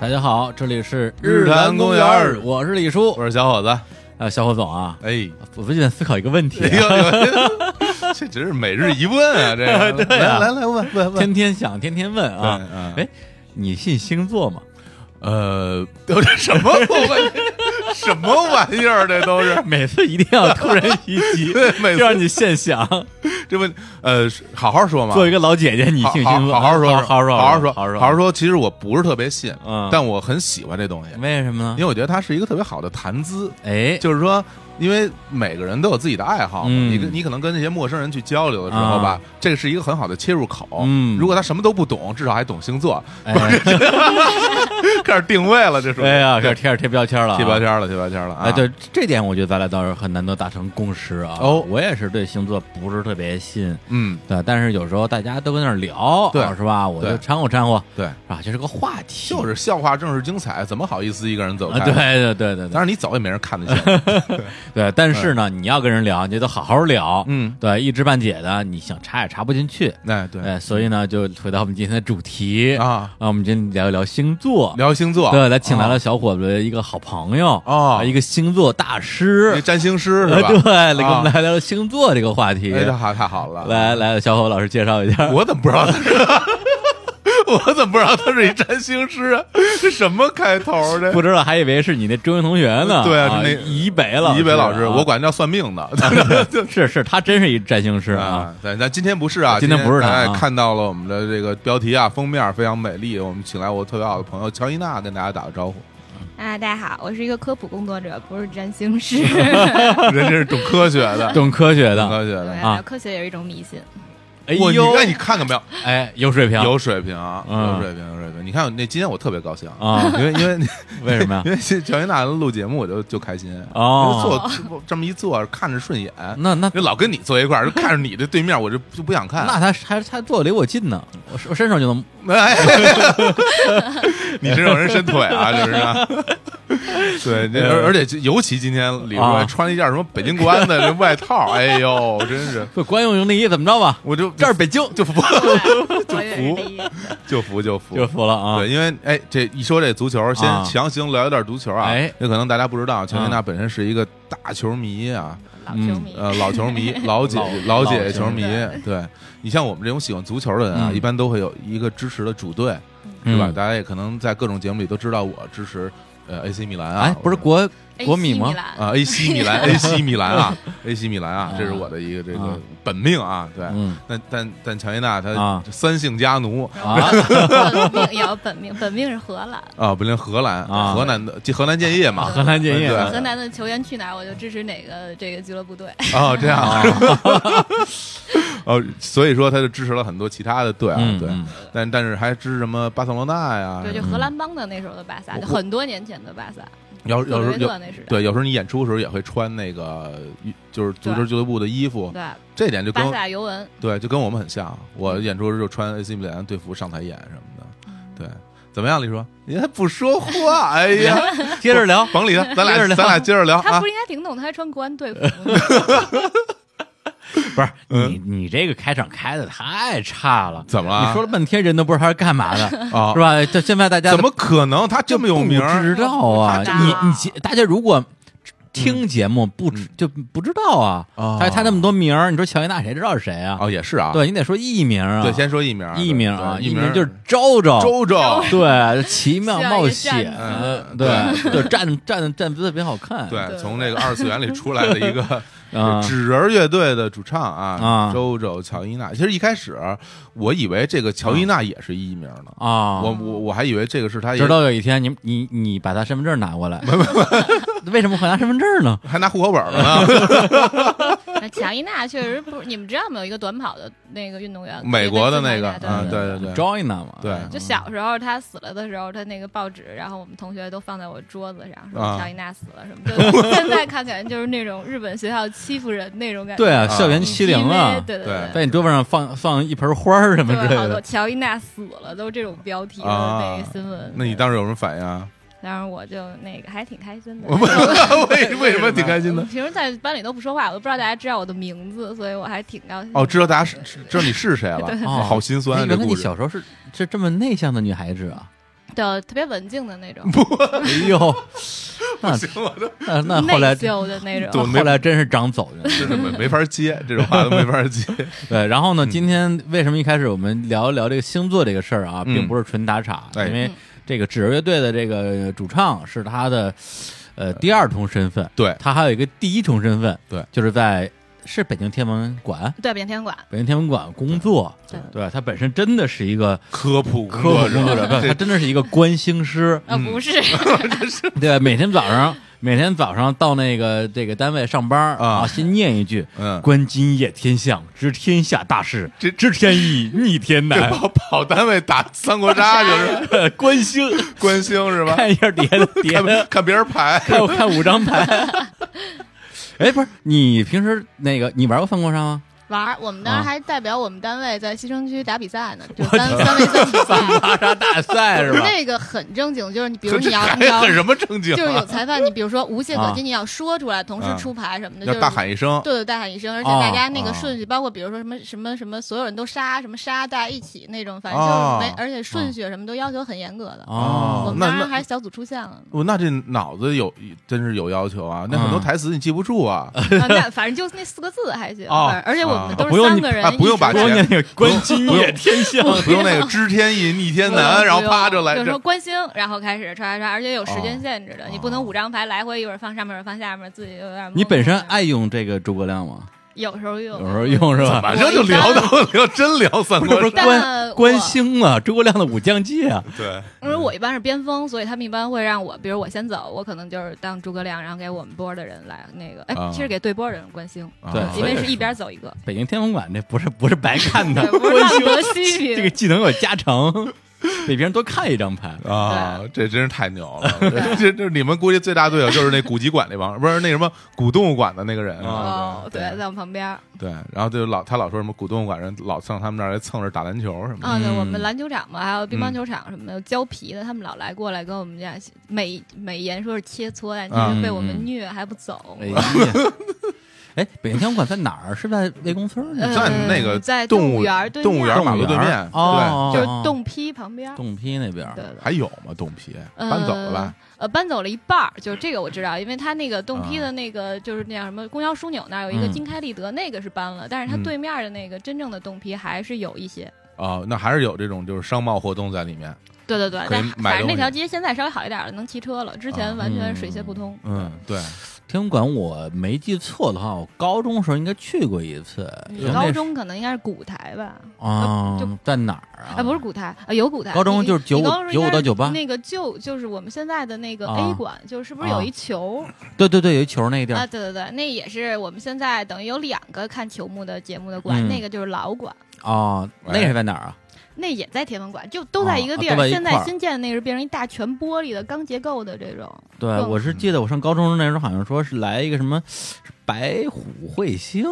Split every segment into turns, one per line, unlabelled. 大家好，这里是
日坛公园儿
我是李叔，
我是小伙子，
呃，小伙总啊，
哎，
我最近在思考一个问题
哎
啊、
呦 哎呦，这真是每日一问啊！这个
对啊
来来来问问问，
天天想，天天问
对
啊
嗯，
哎，你信星座吗？
呃，都是什么玩意儿？ 什么玩意儿？这都是
每次一定要突然袭击，
对每次
就让你现想。
这问呃，是好好说嘛，
做一个老姐姐，你
好
信
好
星座？
好好说，
好好
好
说，
好
说，
说，
好
好
说，
好说。其实我不是特别信
嗯，
但我很喜欢这东西，
为什么呢
因？为我觉得它是一个特别好的谈资，
哎，
就是说。因为每个人都有自己的爱好嘛，
嗯
你跟你可能跟那些陌生人去交流的时候吧，
啊
这个是一个很好的切入口。
嗯
如果他什么都不懂，至少还懂星座，
哎，
开始定位了，这是
哎呀，开始
对
贴上贴标签了啊，
贴标签了，贴标签了啊！
哎，对这点，我觉得咱俩倒是很难得达成共识啊。
哦
我也是对星座不是特别信，
嗯，
对，但是有时候大家都跟那儿聊，
对
啊是吧？我就
对
掺和掺和，
对，
啊，这是个话题，
就是笑话正是精彩，怎么好意思一个人走
啊，
开？
对，对对对
当
对
然你走也没人看得 见。
对。但是呢，你要跟人聊，你就得好好聊，
嗯，
对，一知半解的，你想插也插不进去，
哎，对
哎，所以呢，就回到我们今天的主题啊，
啊，
我们今天聊一聊星座，
聊啊星座，
对，来请来了小伙子的一个好朋友
哦
啊一个星座大
一个
师，
占星师
呃
是吧？
对，来跟我们
啊
来聊星座这个话题，
哎，这好，太好了！，
来来，小伙老师介绍一 下，
我怎么不知道他 是？我怎么不知道他是一占星师啊？这什么开头啊这？
不知道还以为是你那中学同学呢，
对啊
啊，
是那
以北老师，
一北老
啊
我管他叫算 命的。
是是，他真是一占星师啊，
啊，咱咱今天不是啊，
今天不是他啊
哎，看到了我们的这个标题啊，封面非常美丽，我们请来我特别好的朋友乔伊娜跟大家打个招 呼，
啊，大家好，我是一个科普工作者，不是占星 师。
啊人家是懂科学 的，
懂科学
啊懂
的，
科学
对
的。
啊
科学有一种迷信，
哎
哇，你
呦，
哎，你看看没有？
哎，有水平，
有水平啊，
嗯
有水平，有水平。你看我那今天我特别高兴，
啊，
因为因为？
为什么呀
因为乔伊娜录节目我就就开心，
哦，嗯
因为坐这么一坐看着顺眼，
那那
就老跟你坐一块儿，就看着你这对面，我就就不想看。
那他还他坐得离我近呢，我我伸手就能，
哎，你这种人伸腿啊，就是啊。对，那而而且就尤其今天李叔
呃啊
还穿了一件什么北京国安的这外套，哎呦，真是，
不管用用内衣怎么着吧？
我就
这儿北京
就服
我也是第一。
就服就服
就服了啊
对，因为哎，这一说这足球，先
啊
强行聊一段足球啊。
哎啊
那可能大家不知道，乔伊娜本身是一个大球迷啊，
老球迷，
呃，老球迷、老姐
老、
老
老
姐
球
球迷
迷。
对你像我们这种喜欢足球的人啊，
嗯
一般都会有一个支持的主队，是吧？
嗯
大家也可能在各种节目里都知道我支持呃 AC 米兰啊，
哎，不是
我
国
哎
国米吗
西？兰
啊 AC 米兰 AC 米兰啊 AC 米兰啊
啊，
这是我的一个这
啊
个本命啊，对。
嗯
但但但乔伊娜她
啊
三姓家奴
啊，
本命也有本命，本命是荷 兰。
啊，不连荷兰
啊
河南的河南建业 嘛，
荷兰建业
对啊
河南的球员去哪儿，我就支持哪个这个俱乐部队。
哦，这样啊
啊，
哦，所以说他就支持了很多其他的队啊，
嗯
对
嗯，
但但是还支持什么巴塞罗那呀？
对，就荷兰帮的那时候的巴萨，
呃我
就很多年前的巴萨，
有有时
德维
候有
特那时代。
对，有时候你演出的时候也会穿那个就是足球
对
俱乐部的衣服，
对，
这点就跟
巴嗯萨尤文，
对就跟我们很像。我演出的时候就穿 AC 米兰队服上台演什么的，
嗯
对，怎么样，李叔？你还不说话？哎呀，
接着聊，
甭理他，咱
接着
俩
聊
咱俩接着聊
他
啊
不。是应该挺懂，他还穿国安队服吗？
不是你你这个开场开的太差了，
怎么了
你说了半天人都不知道他是干嘛的，是
啊，
吧？就现在大家
怎么可能？他这么有名
不
儿？
知道啊
不知道！
你你节大家如果听节目不知就不知道啊，
嗯哦
他他那么多名儿，你说乔伊娜谁知道是谁啊？
哦，也是啊。
对你得说艺名啊，
对，先说艺名儿，
艺名啊，
对
艺
艺名儿
就是周周，
周周。
对，奇妙冒险
嗯，
对，就站站站姿特别好看，
对，
对
从这个二次元里出来的一个
啊
纸人儿乐队的主唱啊
啊，
周周乔伊娜。其实一开始我以为这个乔伊娜也是一艺名呢，
啊，
我我我还以为这个是他一
直到有一天你你你把他身份证拿过来，为什么会拿身份证呢？
还拿户口本儿 呢，
那乔伊娜确实不是，你们知道吗？有一个短跑的那个运动员，
美国的那
那
个啊
对。
对对对
j o i n 嘛，
对
就小时候他死了的时候，他那个报纸，然后我们同学都放在我桌子上，说
啊
乔伊娜死了什么的。 就现在看起来就是那种日本学校欺负人那种感觉，
对啊，
啊
校园欺凌啊
因为，对
对
在你桌子上放放一盆花儿什么之
对，
类
好多
的，
乔伊娜死了都是这种标题的
啊
那个新闻。
那你当时有什么反应啊？
当然我就那个还挺开心的。
为为什么挺开心
我
的？
平时在班里都不说话，我都不知道大家知道我的名字，所以我还挺高兴的。
哦，知道大家是知道你是谁了，
哦
好心酸啊
哎
这
原来
故
你
事
小时候是是这么内向的女孩子啊？
对，特别文静的那种，
哎呦，那
行，我都
那那后来
内秀的那
我
种，
后来真是长走运了。
真的没没法接这种话都没法接。
对，然后呢，
嗯
今天为什么一开始我们聊一聊这个星座这个事儿啊，
嗯
并不是纯打岔，
哎
因为
嗯
这个纸人乐队的这个主唱是他的呃第二重身份，
对
他还有一个第一重身份，
对，
就是在是北京天文馆。
对，变天馆，
北京天文馆工作，
对
对他本身真的是一个
科 普
科普工作者，
者，
对他真的是一个观星师，
啊，
嗯
不是，
对，每天早上每天早上到那个这个单位上班
啊
先念一句，
嗯，
观今夜天象，知天下大事，
这
知天意，逆天难，
跑跑单位打三国杀就是
观星，
观星是吧？
看一下底下的底下
看
的，
看别人牌，
看我看五张牌。哎，不是，你平时那个你玩过三国杀吗？
玩儿，我们当
啊
时还代表我们单位在西城区打比赛呢，就三三 v 三比赛，
大杀大赛是吧？
那个很正经，就是你比如
这
你要
还
你要
很什么正经啊？
就是有裁判，你比如说无懈可
啊
击，你要说出来，同时
嗯
出牌什么的，就
要
是
大喊一声，
对对，大喊一声，而且
哦
大家那
哦
个顺序，包括比如说什么什么什么，所有人都杀什么杀，大家一起那种，反正
哦
就是没，而且顺序什么都要求很严格的。我
哦，
们
那
当时
那
还是小组出现了，
哦我那这脑子有真是有要求啊！那很多
嗯
台词你记不住 啊，
啊那反正就那四个字还行，
哦
反正而且
啊
我们都
不
是
用
三
你
个人
啊
一直，
不用把
关
钱
键那个观今夜天象，
不用那个知天意逆天难，然后啪就来
有时候
这
关星，然后开始刷刷刷，而且有时间限制的，
哦
你不能五张牌来回，一会儿放上面，一会儿放下面，自己有点懵。
你本身爱用这个诸葛亮吗？
有时候用，
有时候用是吧？
马上就聊到聊真聊三
不是
国
不是
杀，
但
关
我
关星啊，诸葛亮的武将计啊，
对，
因为我一般是边锋，所以他们一般会让我，比如我先走，我可能就是当诸葛亮，然后给我们波的人来那个，哎，
啊
其实给对波人关心，
对
啊
因为
所以
是一边走一 个，
北京天文馆这不是不是白看的，
对不是
关
浪
星
得虚名。
这个技能有加成，比别人多看一张牌。
啊，这真是太牛了！这这你们估计最大队友就是那古籍馆那帮，不是那什么古动物馆的那个人
啊
哦，对，在我旁边儿
对，然后就老他老说什么古动物馆人老上他们那儿来蹭着打篮球什么的，
啊，对，
嗯
我们篮球场嘛，还有乒乓球场什么的，胶皮的，他们老来过来跟我们家美美言说是切磋，但其
嗯
实被我们虐还不走
哎。呀，哎，北京天文馆在哪儿？是在魏公村儿那
呃
边儿
在那个
在
动
物
物
园儿对面
动物园儿马路对面，对，
哦，
就是
哦
洞批旁边儿，
洞批那边儿
对对。
还有吗？冻皮搬走了吧？
嗯呃，搬走了一半儿，就是这个我知道，因为他那个洞批
嗯
的那个、就是那叫什么公交枢纽那儿有一个
嗯
金开利德，那个是搬了，但是它
嗯
对面的那个真正的洞批还是有一些。
哦，那还是有这种就是商贸活动在里面，
对对对，
可以
但
买
反正
东西啊
那条街现在稍微好一点了，能骑车了。之前完全水泄不通。
嗯，对，
天文馆，我没记错的话，我高中时候应该去过一次。
你
嗯
就那
高
时
中可能应该是古台吧？
啊
呃就，
在哪儿啊？
哎，不是古台，啊，有古台。
高中
你
就是
你
95
高中应该
95到98
那个旧就是我们现在的那个
啊
A 馆，就是是不是有一球
对对对，有一球那个地
啊
儿。
对对对，那也是我们现在等于有两个看球幕的节目的馆，
嗯
那个就是老馆。
哦，那是在哪儿啊？
那也在天文馆，就都在一个地
啊
儿。
都在一块儿
现在新建的那个是变成一大全玻璃的钢结构的这种，
对，
逛
我是记得我上高中那时候好像说是来一个什么是白虎彗星，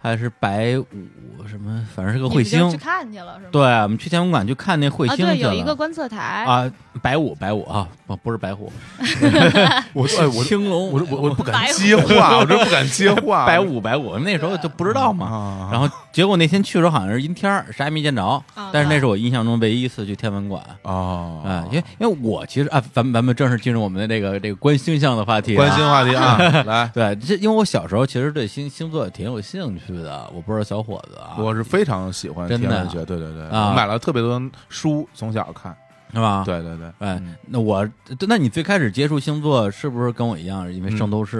还是白五什么，反正是个
你
彗
们就
星
去。看去了是吗？
对，我们去天文馆去看那彗
啊，
星
对，
去了。
有一个观测台，
啊，白虎白虎啊，不不是白虎，
我哎我
青龙，
我我我不
白
敢
虎
接话，我这不敢接 话，
白五白五，那时候就不知道嘛。
啊，
然后结果那天去的时候好像是阴天儿，啥也没见着
啊。
但是那是我印象中唯一一次去天文馆
哦
啊，因为因为我其实啊，咱们咱们正式进入我们的这个这个观星象的话题啊。
关心话题 啊， 来，
对，这因为我小时候其实对星星座也挺有兴趣的，我不是小伙子啊，
我是非常喜欢
真
天
的
文学，对对对，
啊
我买了特别多书，从小看，
是吧？。
对对对，
哎
嗯，
那我，那你最开始接触星座是不是跟我一样，
嗯
因为圣斗士？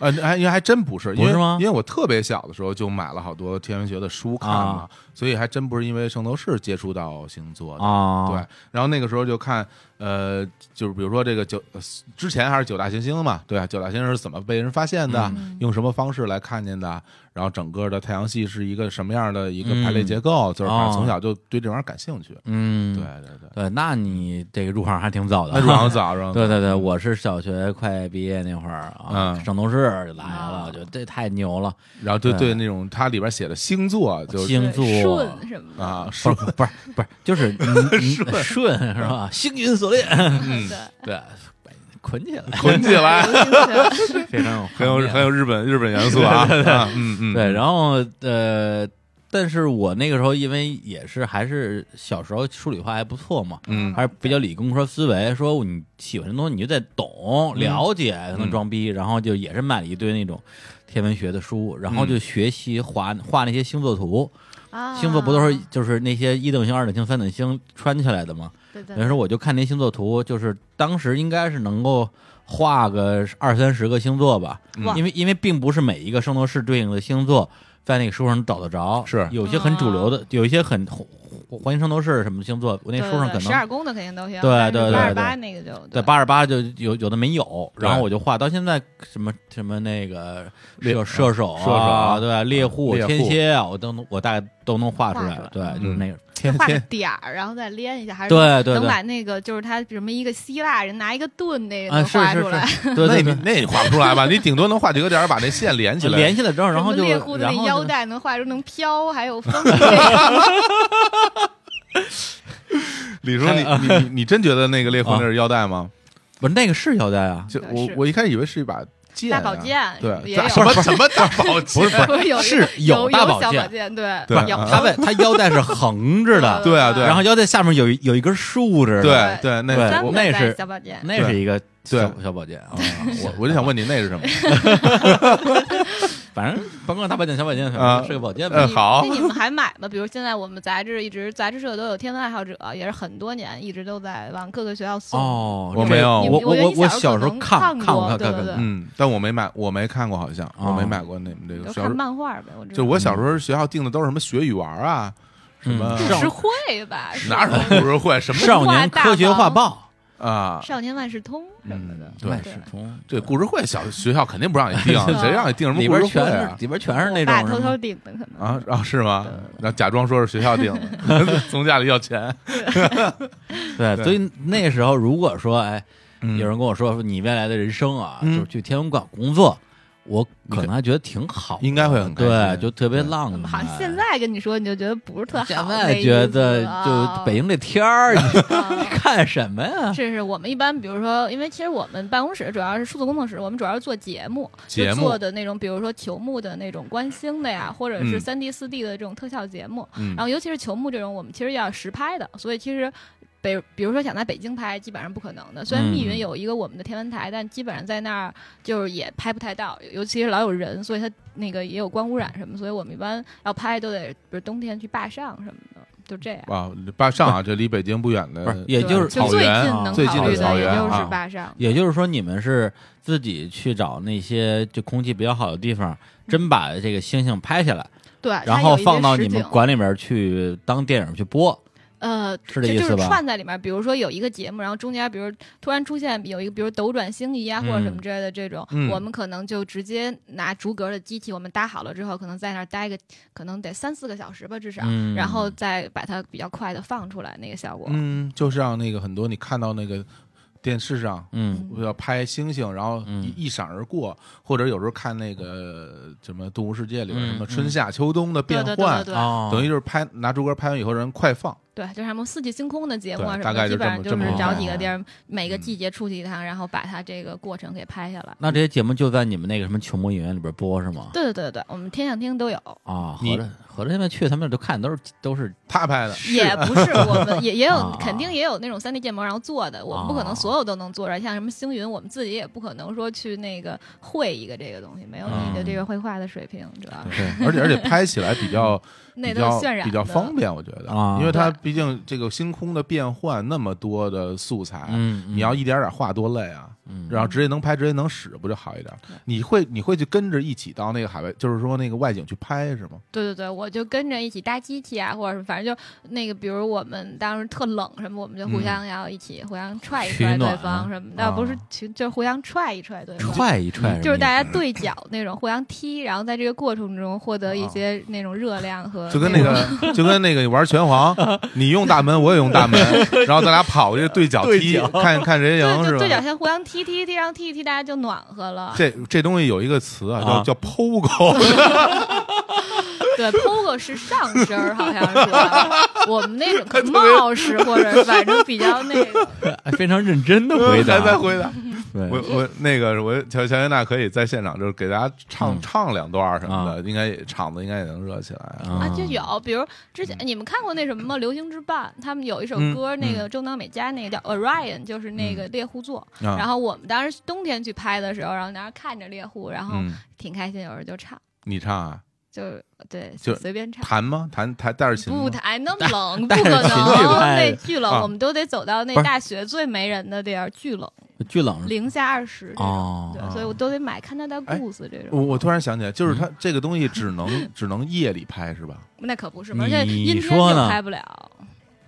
呃，还因为还真不是，因
不
为
是吗
因为我特别小的时候就买了好多天文学的书看嘛
啊，
所以还真不是因为圣斗士接触到星座的。
啊，
对，然后那个时候就看，呃，就是比如说这个九，呃之前还是九大行星嘛，对啊，九大行星是怎么被人发现的，
嗯
用什么方式来看见的，然后整个的太阳系是一个什么样的一个排列结构，就是反正从小就对这玩意儿感兴趣。
哦嗯，
对对对，
对，那你这个入行还挺早的，啊
那入啊行早上，
对对对，我是小学快毕业那会儿啊，
嗯
圣斗士就来了，
哦
我觉得这太牛了，
然后就
对
对那种它里边写的星座就
星座
对顺什么的
啊，
不
说
是 不是不是，就是你你顺是吧？星云锁链，
嗯
对，
对，把你捆起 来，
捆起来，
有兴 趣
非常有
很有
画面
很有日本日本元素啊，啊嗯嗯，
对，然后呃，但是我那个时候因为也是还是小时候数理化还不错嘛，
嗯
还是比较理工科思维，说你喜欢的东西你就得
嗯
懂、了解，才能装逼。然后就也是买了一堆那种天文学的书，然
嗯
后就学习画画那些星座图。
啊
星座不都是就是那些一等星、二等星、三等星穿起来的吗？
对对
那时候我就看那星座图，就是当时应该是能够画个二三十个星座吧，
嗯
哇
因为因为并不是每一个圣斗士对应的星座在那个书上找得着，
是
有些很主流
哦
的，有一些很红红环形圣斗士什么星座，我那书上可
十
能
二宫的肯定都行，
对对对对
八十八那个就
在八十八就有有的没有，
对
然后我就画到现在什么什么那个
猎
射射手
射手
啊，
啊
对吧猎户、
猎户
天蝎啊，我都能我大概都能画出来
画
了，
出
对
来，
就是
嗯
那个
天
画个
天
点儿，然后再连一下，还是
对对
能
对
把那个就是他什么一个希腊人拿一个盾那个
啊
能
是
画
是
出来，
是，对
那
对
你
对。
那你画不出来吧？你顶多能画几个点儿，把那线连起来。
联系了之后， 然后
什
就
么猎户的
然
那
后
腰
就
带能画出能飘，还有 风筝，
李叔， 你你你你真觉得那个猎户那是腰带 吗？
不是那个是腰带啊，
就
对
我
是
我一开始以为是一把剑
大
啊，
宝剑
对，
也
大
有
什么什么大宝剑？
不是有一
是
个有
大
有
宝
小
剑
宝剑，对
对
有嗯
啊
它为它腰带是横着的，
对啊对啊
然后腰带下面有一有一根竖着的，
对对，那
对
专
我
那
门带
是
小宝
嗯
剑，
那是一个
对
小小宝剑啊。
我我就想问你那是什么？
反正甭管大宝剑小宝剑，反
啊
正是个宝剑
呃
呗。
你
好
那你们还买吗？比如现在我们杂志一直杂志社都有天文爱好者，也是很多年一直都在往各个学校送。
哦，
我
这
没有
我
我觉
我
得
我
你小
小
时
时
候
候
可能
看
看
看
过
过看
对
看
对
看，
嗯，但我没买，我没看过，好像我
哦
没买过你们这个
就
小时
看
候，
漫画呗，我知道。
就我小时候学校订的都是什么学语文啊，什
嗯
么
故事会吧，是
哪有故事会什么
少年科学画报
啊？
少年万事通什么的
嗯，对
是从
这故事会小学校肯定不让你订，
啊
谁让你订什么
里
故
边
事会
全是
啊？
里边全是那
我爸
种
偷
什
偷
么
订的可能
啊啊是吗？然后假装说是学校订的， 从家里要钱。
对，
对
所以那时候如果说哎，
嗯
有人跟我说说你未来的人生啊，
嗯
就是去天文馆工作，我可能还觉得挺好的，
应该会很开心
对，就特别
对
浪
好
漫。
像现在跟你说，你就觉得不是特好。
嗯哎现
那
在
意
觉
思
得就 北京这天 儿，你
啊
看什么呀？
是是，我们一般比如说，因为其实我们办公室主要是数字工作室，我们主要是做节目，
嗯
就
节目
做的那种，比如说球幕的那种观星的呀，或者是
嗯
三 D、四 D 的这种特效节目。
嗯
然后尤其是球幕这种，我们其实要实拍的，所以其实。北，比如说想在北京拍，基本上不可能的。虽然密
嗯
云有一个我们的天文台，但基本上在那儿就是也拍不太到，尤其是老有人，所以它那个也有光污染什么，所以我们一般要拍都得，比如冬天去坝上什么的，就这样。
啊，坝上啊，这离北京不远
不
的
是，，也
对
就是
就
草
最近
原
啊
能
最近
考
的
虑
草
也
原
就是
啊
坝上，
也就是说，你们是自己去找那些就空气比较好的地方，真把这个星星拍下来，
对，它
然后
有一些
放到
实
你们
景
馆里面去当电影去播。
呃，
是
这
这意
就
思
是
吧
串在里面。比如说有一个节目，然后中间比如突然出现有一个，比如斗转星移啊，或者什么之类的这种，
嗯
我们可能就直接拿逐格的机器，我们搭好了之后，可能在那儿待个，可能得三四个小时吧，至少，
嗯
然后再把它比较快的放出来，那个效果。
嗯，就是让那个很多你看到那个电视上。
嗯，
我要拍星星，然后
嗯
一一闪而过，或者有时候看那个什么《动物世界》里边
嗯
什么
嗯
春夏秋冬的
对
变
对对
换
对，对、
哦，
等于就是拍拿竹竿拍完以后，人快放，
对，就是什么四季星空的节目
对
啊什
大
么
概
的，
就
基本上
这
就
么
是
这么
找
弄
几个地儿，每个
嗯
季节出去一趟，然后把它这个过程给拍下来。
那这些节目就在你们那个什么球幕影院里边播是吗？
对对对对，我们天象厅都有。
啊，合
你
着合着现在去他们那儿都看都是都是
他拍的，
也不是，我们也也有
啊
肯定也有那种三 D 建模然后做的，我们不可
啊
能所有都能做出来。像什么星云，我们自己也不可能说去那个绘一个这个东西，没有你的这个绘画的水平，主要是
对，而且而且拍起来比较
嗯那
比
都是
较
渲染的
比较方。便，我觉得
啊，
因为它
对
毕竟这个星空的变换那么多的素材，
嗯，嗯
啊你要一点点画多累啊，
嗯
然后直接能拍，直接能使不就好一点
对？
你会你会去跟着一起到那个海外，就是说那个外景去拍是吗？
对对对，我就跟着一起搭机器啊，或者是反正就那个，比如我们当时特冷什么，我们就互
嗯
相要一起互相踹一
取
踹对
暖
方什么的，
啊
不是群就互相踹一踹对方。
踹一踹，
嗯就是大家对角那种互相踢，然后在这个过程中获得一些那种热量和
就跟那
种
个就跟那个玩拳皇，你用大门，我也用大门，然后咱俩跑过去对角
对
踢
角，
看看谁赢
对，
是
就对角
吧？
线互相踢踢踢，然后踢一踢，大家就暖和了。
这这东西有一个词啊，
啊
叫叫 POGO，
对，POGO 是上身儿，好像 是我们那种帽式，或者反正比较那个。
非常认真的回
还在
答，
回答。
对
我我那个我乔乔安娜可以在现场就是给大家唱、
嗯
唱两段什么的，应该也场子应该也能热起来。
啊
啊，就有，比如之前你们看过那什么吗？《流星之伴》，他们有一首
嗯
歌，那
嗯
个正当美嘉那个叫 Orion，就是那个猎户座。
啊
然后我们当时冬天去拍的时候，然后在那儿看着猎户，然后
嗯，
挺开心，有时候就唱，
你唱啊，
就对，
就
随 便唱。
弹吗？弹弹带着琴吗
不？台那 么冷，不
带
可
着琴去
能，
拍
那巨冷，
啊
我们都得走到那
不是
大学最没人的地儿，巨冷，
巨冷
零下二十这
嗯
种。
哦哎
对，所以我都得买《看他的故事》这
我
种。
我突然想起来，就是它
嗯
这个东西只能只能夜里拍是吧？
那可不是
你
嘛，而且阴天
说
就
呢哦
拍不了。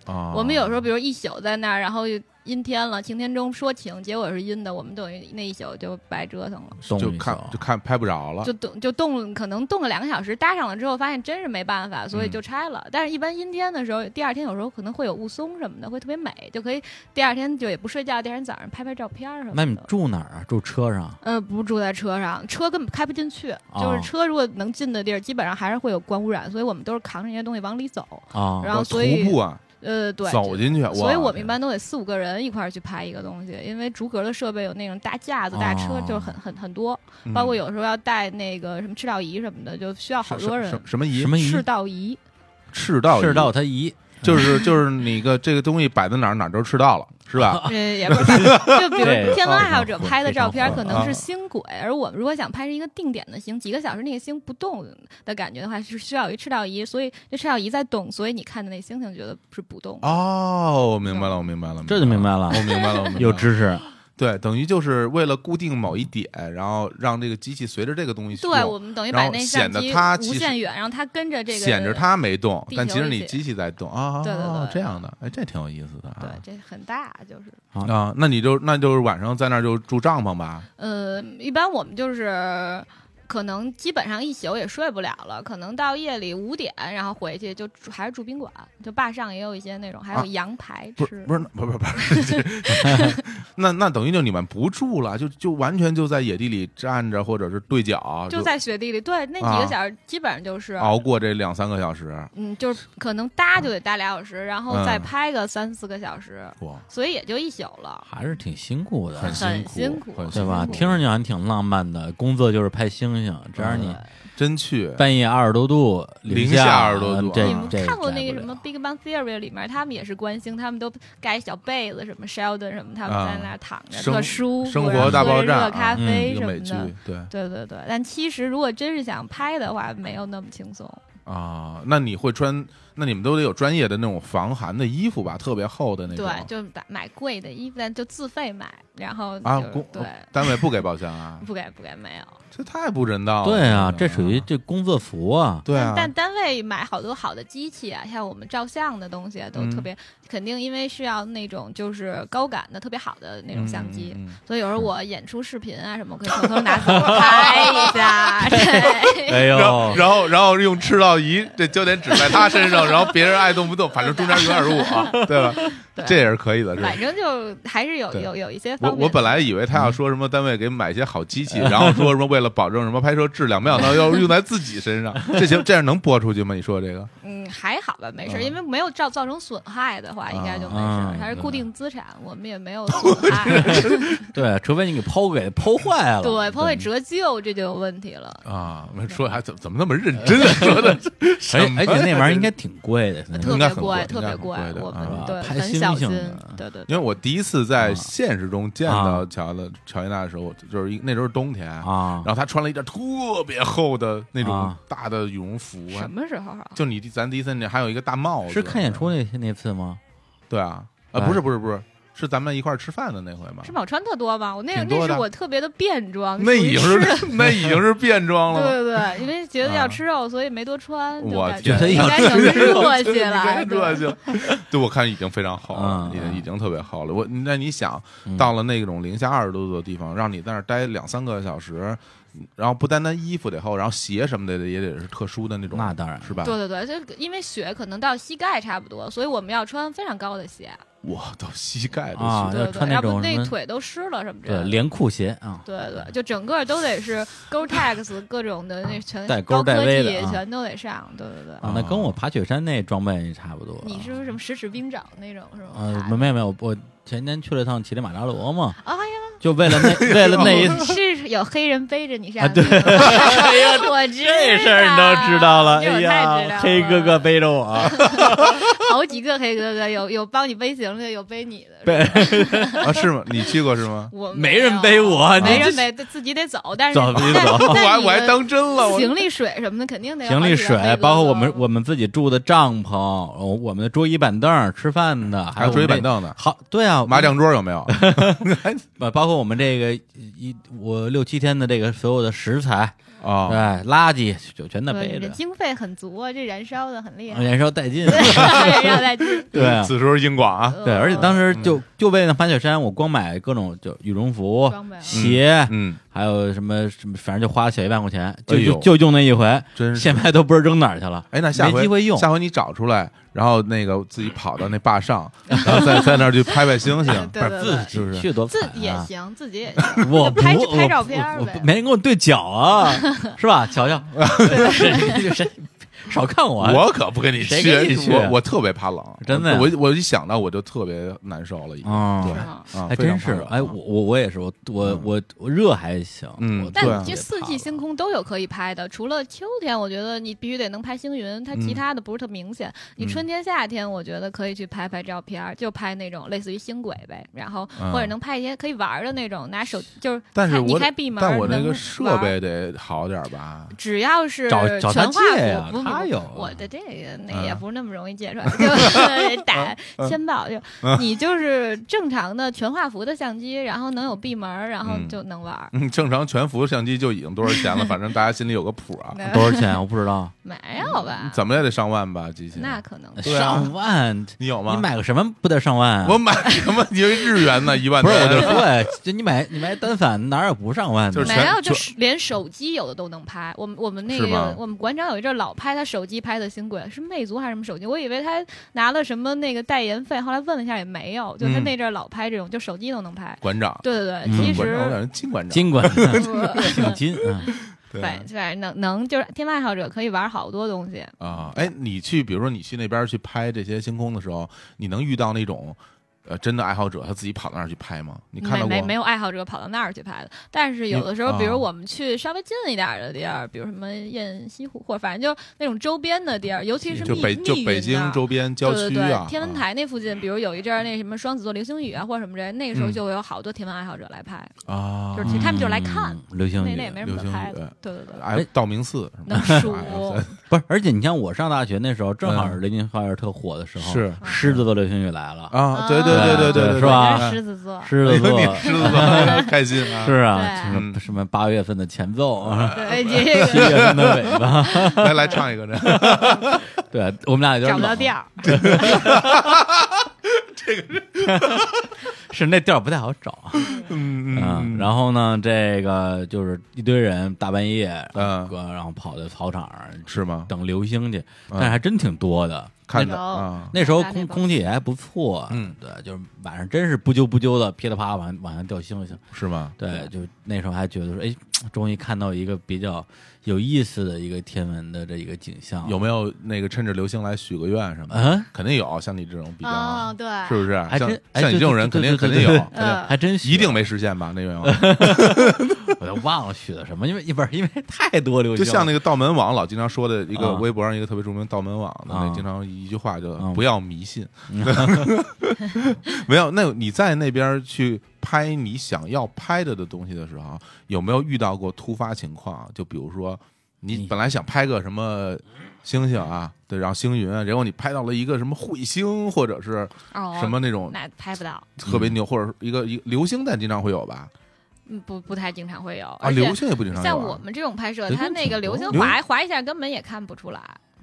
啊，
我们有时候比如一宿在那儿，然后阴天了，晴天中说晴，结果是阴的，我们等于那一宿就白折腾了，
冻
就
一啊
看
宿
就看拍不着了
就冻就冻，可能冻个两个小时，搭上了之后发现真是没办法，
嗯
所以就拆了。但是，一般阴天的时候，第二天有时候可能会有雾凇什么的，会特别美，就可以第二天就也不睡觉，第二天早上拍拍照片什么的。
那你住哪儿啊？住车上？
呃，不住在车上，车根本开不进去。
哦
就是车如果能进的地儿，基本上还是会有光污染，所以我们都是扛着那些东西往里走。
啊，
然后
我
所以
徒步啊，
呃，对，
走进去，
所以
哇
我们一般都得四五个人一块儿去拍一个东西，因为逐格的设备有那种大架子、大车，
哦
就是很很很多，
嗯
包括有时候要带那个什么赤道仪什么的，就需要好
什
多人
什。什什么仪
什么仪
赤道仪，
赤道仪
赤道他姨
就是就是你个这个东西摆在哪儿哪儿都赤道了是吧？
呃，也不是，就比
对啊
如天文爱好者拍的照
非常
片
火啊
可能是星轨，而我们如果想拍成一个定点的星，几个小时那个星不动的感觉的话，是需要有一赤道仪，所以这赤道仪在动，所以你看的那星星觉得是不动的。
哦，我明白了，我明白了，
这就明白了
我明白了，我明白了
有知识，
对，等于就是为了固定某一点，然后让这个机器随着这个东西去
对，
动
我们等于
哦然
把
后
那相
显
机
得它其
无
实
限远，让它跟着这个
显着它没动
地，球
但其实
一
你
起
机器在动啊，
对对对
这样的，哎，这挺有意思的
对
啊，。
这很大，就是
啊，那你就那就是晚上在那儿就住帐篷吧，
呃，一般我们就是可能基本上一宿也睡不了了，可能到夜里五点，然后回去就住还是住宾馆，就坝上也有一些那种，还有
啊
羊排
不
吃。
是不是不是不是， 那那等于就你们不住了，就就完全就在野地里站着或者是对角，
就在雪地里，对，那几
啊
个小时基本上就是，
熬过这两三个小时，
嗯，就是可能搭就得搭俩小时，然后再
嗯
拍个三四个小时，
哇，
所以也就一宿了。
还是挺辛苦的，
很
很
辛
辛
苦
苦，
很
对
辛
吧？
苦
听上去好像挺浪漫的，工作就是拍星星，只要你
真去
半夜二十多度，
零下
下
20多度
这
你们
这
看过那
改
个
不
什
了
么《Big Bang Theory》里面，他们也是关心，他们都盖小被子，什么 Sheldon 什么，他们在那儿躺着，
啊生
特舒服，
生活
然后
大
喝
爆
着
炸
热咖
啊嗯
啡
一
什
个
么
美剧
的。，
对
对对对，但其实如果真是想拍的话，没有那么轻松。
啊，那你会穿？那你们都得有专业的那种防寒的衣服吧，特别厚的那种。
对，就买买贵的衣服，但就自费买，然后
啊
就是
公
对，，
单位不给包厢啊
不给不给没有。
这太不人道了。
对啊，
个
这属于这工作服啊，
对啊
但，但单位买好多好的机器啊，像我们照相的东西啊，都
嗯
特别、肯定，因为是要那种就是高感的特别好的那种相机。
嗯，嗯
所以有时候我演出视频啊什么，我可以偷偷拿走拍 一下。 对，
哎
嗯然后
呦，
然后然后用赤道仪，这焦点指在他身上，然后别人爱动不动，反正中间永远是 我，啊对吧？
对
这也是可以的，是吧
反？正就还是有
对
有有一些
我
方面。
我本来以为他要说什么单位给买一些好机器，然后说什么为了保证什么拍摄质量，没想到要用在自己身 上，这行这样能播出去吗？你说这个？
嗯还好吧，没事，
嗯
因为没有造造成损害的话，应该就没
啊
事。它是固定资产，我们也 没有损害。
对，除非你给抛给抛坏了，
对，它会折旧，这就有问题了。
啊，我说还怎么怎么那么认真啊？说的这什
而
么呀，
而且那玩意儿应该挺贵的，现在
特
应该
别
很贵
贵，特别
应该很贵的
我
啊
们对
拍
很
星
小
星
心
的，
对对对
因为我第一次在
啊
现实中见到乔的乔伊娜的时候，就是一那时候冬天，
啊
然后她穿了一件特别厚的那种
啊
大的羽绒服，
什么时候啊？
就你咱第一次那还有一个大帽子，
是看演出那那次吗？
对啊，
哎
啊不是不是不是，是咱们一块儿吃饭的那回 吗
是？吗？我穿特多吧，我那
挺多
那是
的
我特别的变装，
那
属于
已经
吃 的
是那已经是变装
对
了吗。
对对，因为觉得
啊
要吃肉，所以没多穿，就
我
感
天
觉应该
要
成
吃肉
热气 了，哎
太热气了，对我看已经非常厚了，
嗯
已经已经特别厚了。我那你想，
嗯
到了那种零下二十多度的地方，让你在那儿待两三个小时，然后不单单衣服得厚，然后鞋什么的也得是特殊的那种，
那当然
是吧？
对对对，这个因为雪可能到膝盖差不多，所以我们要穿非常高的鞋，啊
我到膝盖都
啊
行
要
对对
穿
对，
那
要
种
不
什么
那腿都湿了什么之
对，
类的。
连裤鞋啊，
对对，就整个都得是 Gore-Tex 各种的那全
带钩
高
带
科
威的
技
啊
全都得上，对对对。
啊，那跟我爬雪山那装备差不多。呃
你是不是什么十指冰爪那种是吗？
啊，没有没有，我前年去了趟乞力马扎罗嘛，
哎呀，哎
就为 了那为了那一
是有黑人背着你上
啊对
去的吗 我知道
这事儿你都知道了，
这
哎
我太知道
呀，
了
黑哥哥背着 我，
好几个黑哥哥，有有帮你背行李的，有背你的。
背
啊，是吗？你去过是 吗？
我
没
有啊
人背，我，啊
没
你
人背，自己得走。但是
走自己走
我还
但但
我还
你
当真了，
的
我
行李水什么的肯定得有
行
好
李
几个
水
黑哥，哥
包括我们我们自己住的帐篷，呃我们的桌椅板凳、吃饭的，还
还
有
有桌椅
我们
板凳呢，
好，对啊，
麻将桌有没有？
不包括我们这个一我六七天的这个所有的食材，对
啊，
垃圾就全得
对
背
你
着呃
这，嗯经费很足啊，这燃烧的很厉害，
燃烧殆尽。
燃烧在
对 啊
嗯此时应广啊，
哎对，而且当时就就为了爬雪山，我光买各种就羽绒服
装备、啊，
鞋，
嗯，
还有什么什么，反正就花了小一万块钱，就
哎呦
就就用那一回，
真是。
现在都不知道扔哪儿去了。
哎，那下回
没机会用
下回你找出来，然后那个自己跑到那坝 上，然后在在那儿去拍拍星星
啊对对对
自己
是不是
去多
自
惨
己也
啊！
行，自己也行。
我不
拍
我
拍照片
我我
呗
没人跟我对脚啊， 是吧？瞧 瞧，谁谁少看我啊，
我可不跟你
谁
去，
跟你去
我我特别怕冷，
真的呀
我我一想到我就特别难受了，已经。
啊
对
是
啊
吗，
还真是，哎，我，我我也是，我我
嗯
我我热还行，
嗯
我
对啊
但这四季星空都有可以拍的，除了秋天，我觉得你必须得能拍星云，它其
嗯
他的不是特明显。你春天、夏天，我觉得可以去拍拍照片儿，就拍那种类似于星轨呗，然后
嗯
或者能拍一些可以玩儿的那种，拿手就是看，
但是
你
我
开闭门，
但我那个
能
设
玩儿
备得好点儿吧？
只要是
找找他
全画
借呀
幅，不不
他
不
有
我的这个那
嗯
也不是那么容易借 出来，就是打签到就
嗯
你就是正常的全画幅的相机，然后能有闭门儿，然后就能玩儿。
嗯，正常全幅相机就已经多少钱 了，反正大家心里有个谱啊。
那
多少钱我不知 道，
没有吧？
怎么也得上万吧，机器？
那可能
对啊
上万，
你啊有吗？
你买个什么不得上万啊？
我买什么？ 你日元呢？一万
不
多
是我就说呀，就你买你买单反哪儿有不上万的？
就是
没
全
有，
全
就是连手机有的都能拍。我们我们那
是吗
个我们馆长有一阵儿老拍他手机拍的新贵，是魅族还是什么手机？我以为他拿了什么那个代言费，后来问了一下也没有。就他
嗯
那阵儿老拍这种，就手机都能拍。
馆长，
对对对，
嗯
其
馆
实
长，我感觉金馆长，
金 管
不
挺金啊，
对
对对，能能就是天文爱好者可以玩好多东西。
啊，哎，你去，比如说你去那边去拍这些星空的时候，你能遇到那种呃真的爱好者，他自己跑到那儿去拍吗？你看
没
到
没
过
没有爱好者跑到那儿去拍的，但是有的时候，
你
比
啊
如我们去稍微近一点儿的地儿，比如什么雁西湖，或者反正就是那种周边的地儿，尤其是
就
密
北就
密
北
云那
京
儿
周边郊
对
区
对
啊
对，，天文台那附近，比如有一阵儿那什么双子座流星雨啊，或者什么之类，那个时候
嗯
就有好多天文爱好者来拍，
啊，
就是其实他们就是来看
嗯，流星
那
雨
那也没什
流
么
星
可拍
雨
的。，对对对，
哎，道明寺什么
能数
哎
不是，而且你像我上大学那时候，正好是雷军花园特火的时候，
啊是
狮子座流星雨来了，
啊，对对对对对对，
是吧
我是狮子座，
狮
对
子
对
座
对你狮子座 开心啊
是！啊，
对
什么什么八月份的前奏啊，
对
七
这
月份的尾巴，
来来唱一个， 这
对我们俩有
个
点
找不到
冷
调儿，
是那调儿不太好找啊。
嗯
嗯，然后呢，这个就是一堆人大半夜，
嗯
哥，然后跑到操场上
是吗？
等流星去，
嗯
但是还真挺多的。
看
那
的
种
啊，
那时候
嗯大家
空
那帮
空气也还不错，
嗯，
对，就是晚上真是不揪不揪的，噼里啪啦往往下掉星星。
是吗？
对，就那时候还觉得说，哎，终于看到一个比较有意思的一个天文的这一个景象。
有没有那个趁着流星来许个愿什么的？
嗯，
肯定有，像你这种比较
啊，，对，
是不是？像
还真哎
像你这种人，肯
对
定
对
肯
对
定
对
有
对，
肯定有
嗯
还真许
一定没实现吧？那愿望
我都忘了许的什么，因为不是因为太多流
就
星了，
像那个道门网老经常说的一个
啊
微博上一个特别著名的道门网的，
啊
那经常一句话就
啊
不要迷信。 没有，那你在那边去拍你想要拍的的东西的时候，有没有遇到过突发情况？就比如说你
你
本来想拍个什么星星啊，对，然后星云啊，结果你拍到了一个什么彗星或者是
哦
什么那种
那拍不到，
特别牛，或者是一个一个流星，但经常会有吧？
嗯，不不太经常会有，
啊，
而且
流星也不经常有啊。
像我们这种拍摄，
流
它
星
那
挺
个
多
流星
流
划划一下根本也看不出来。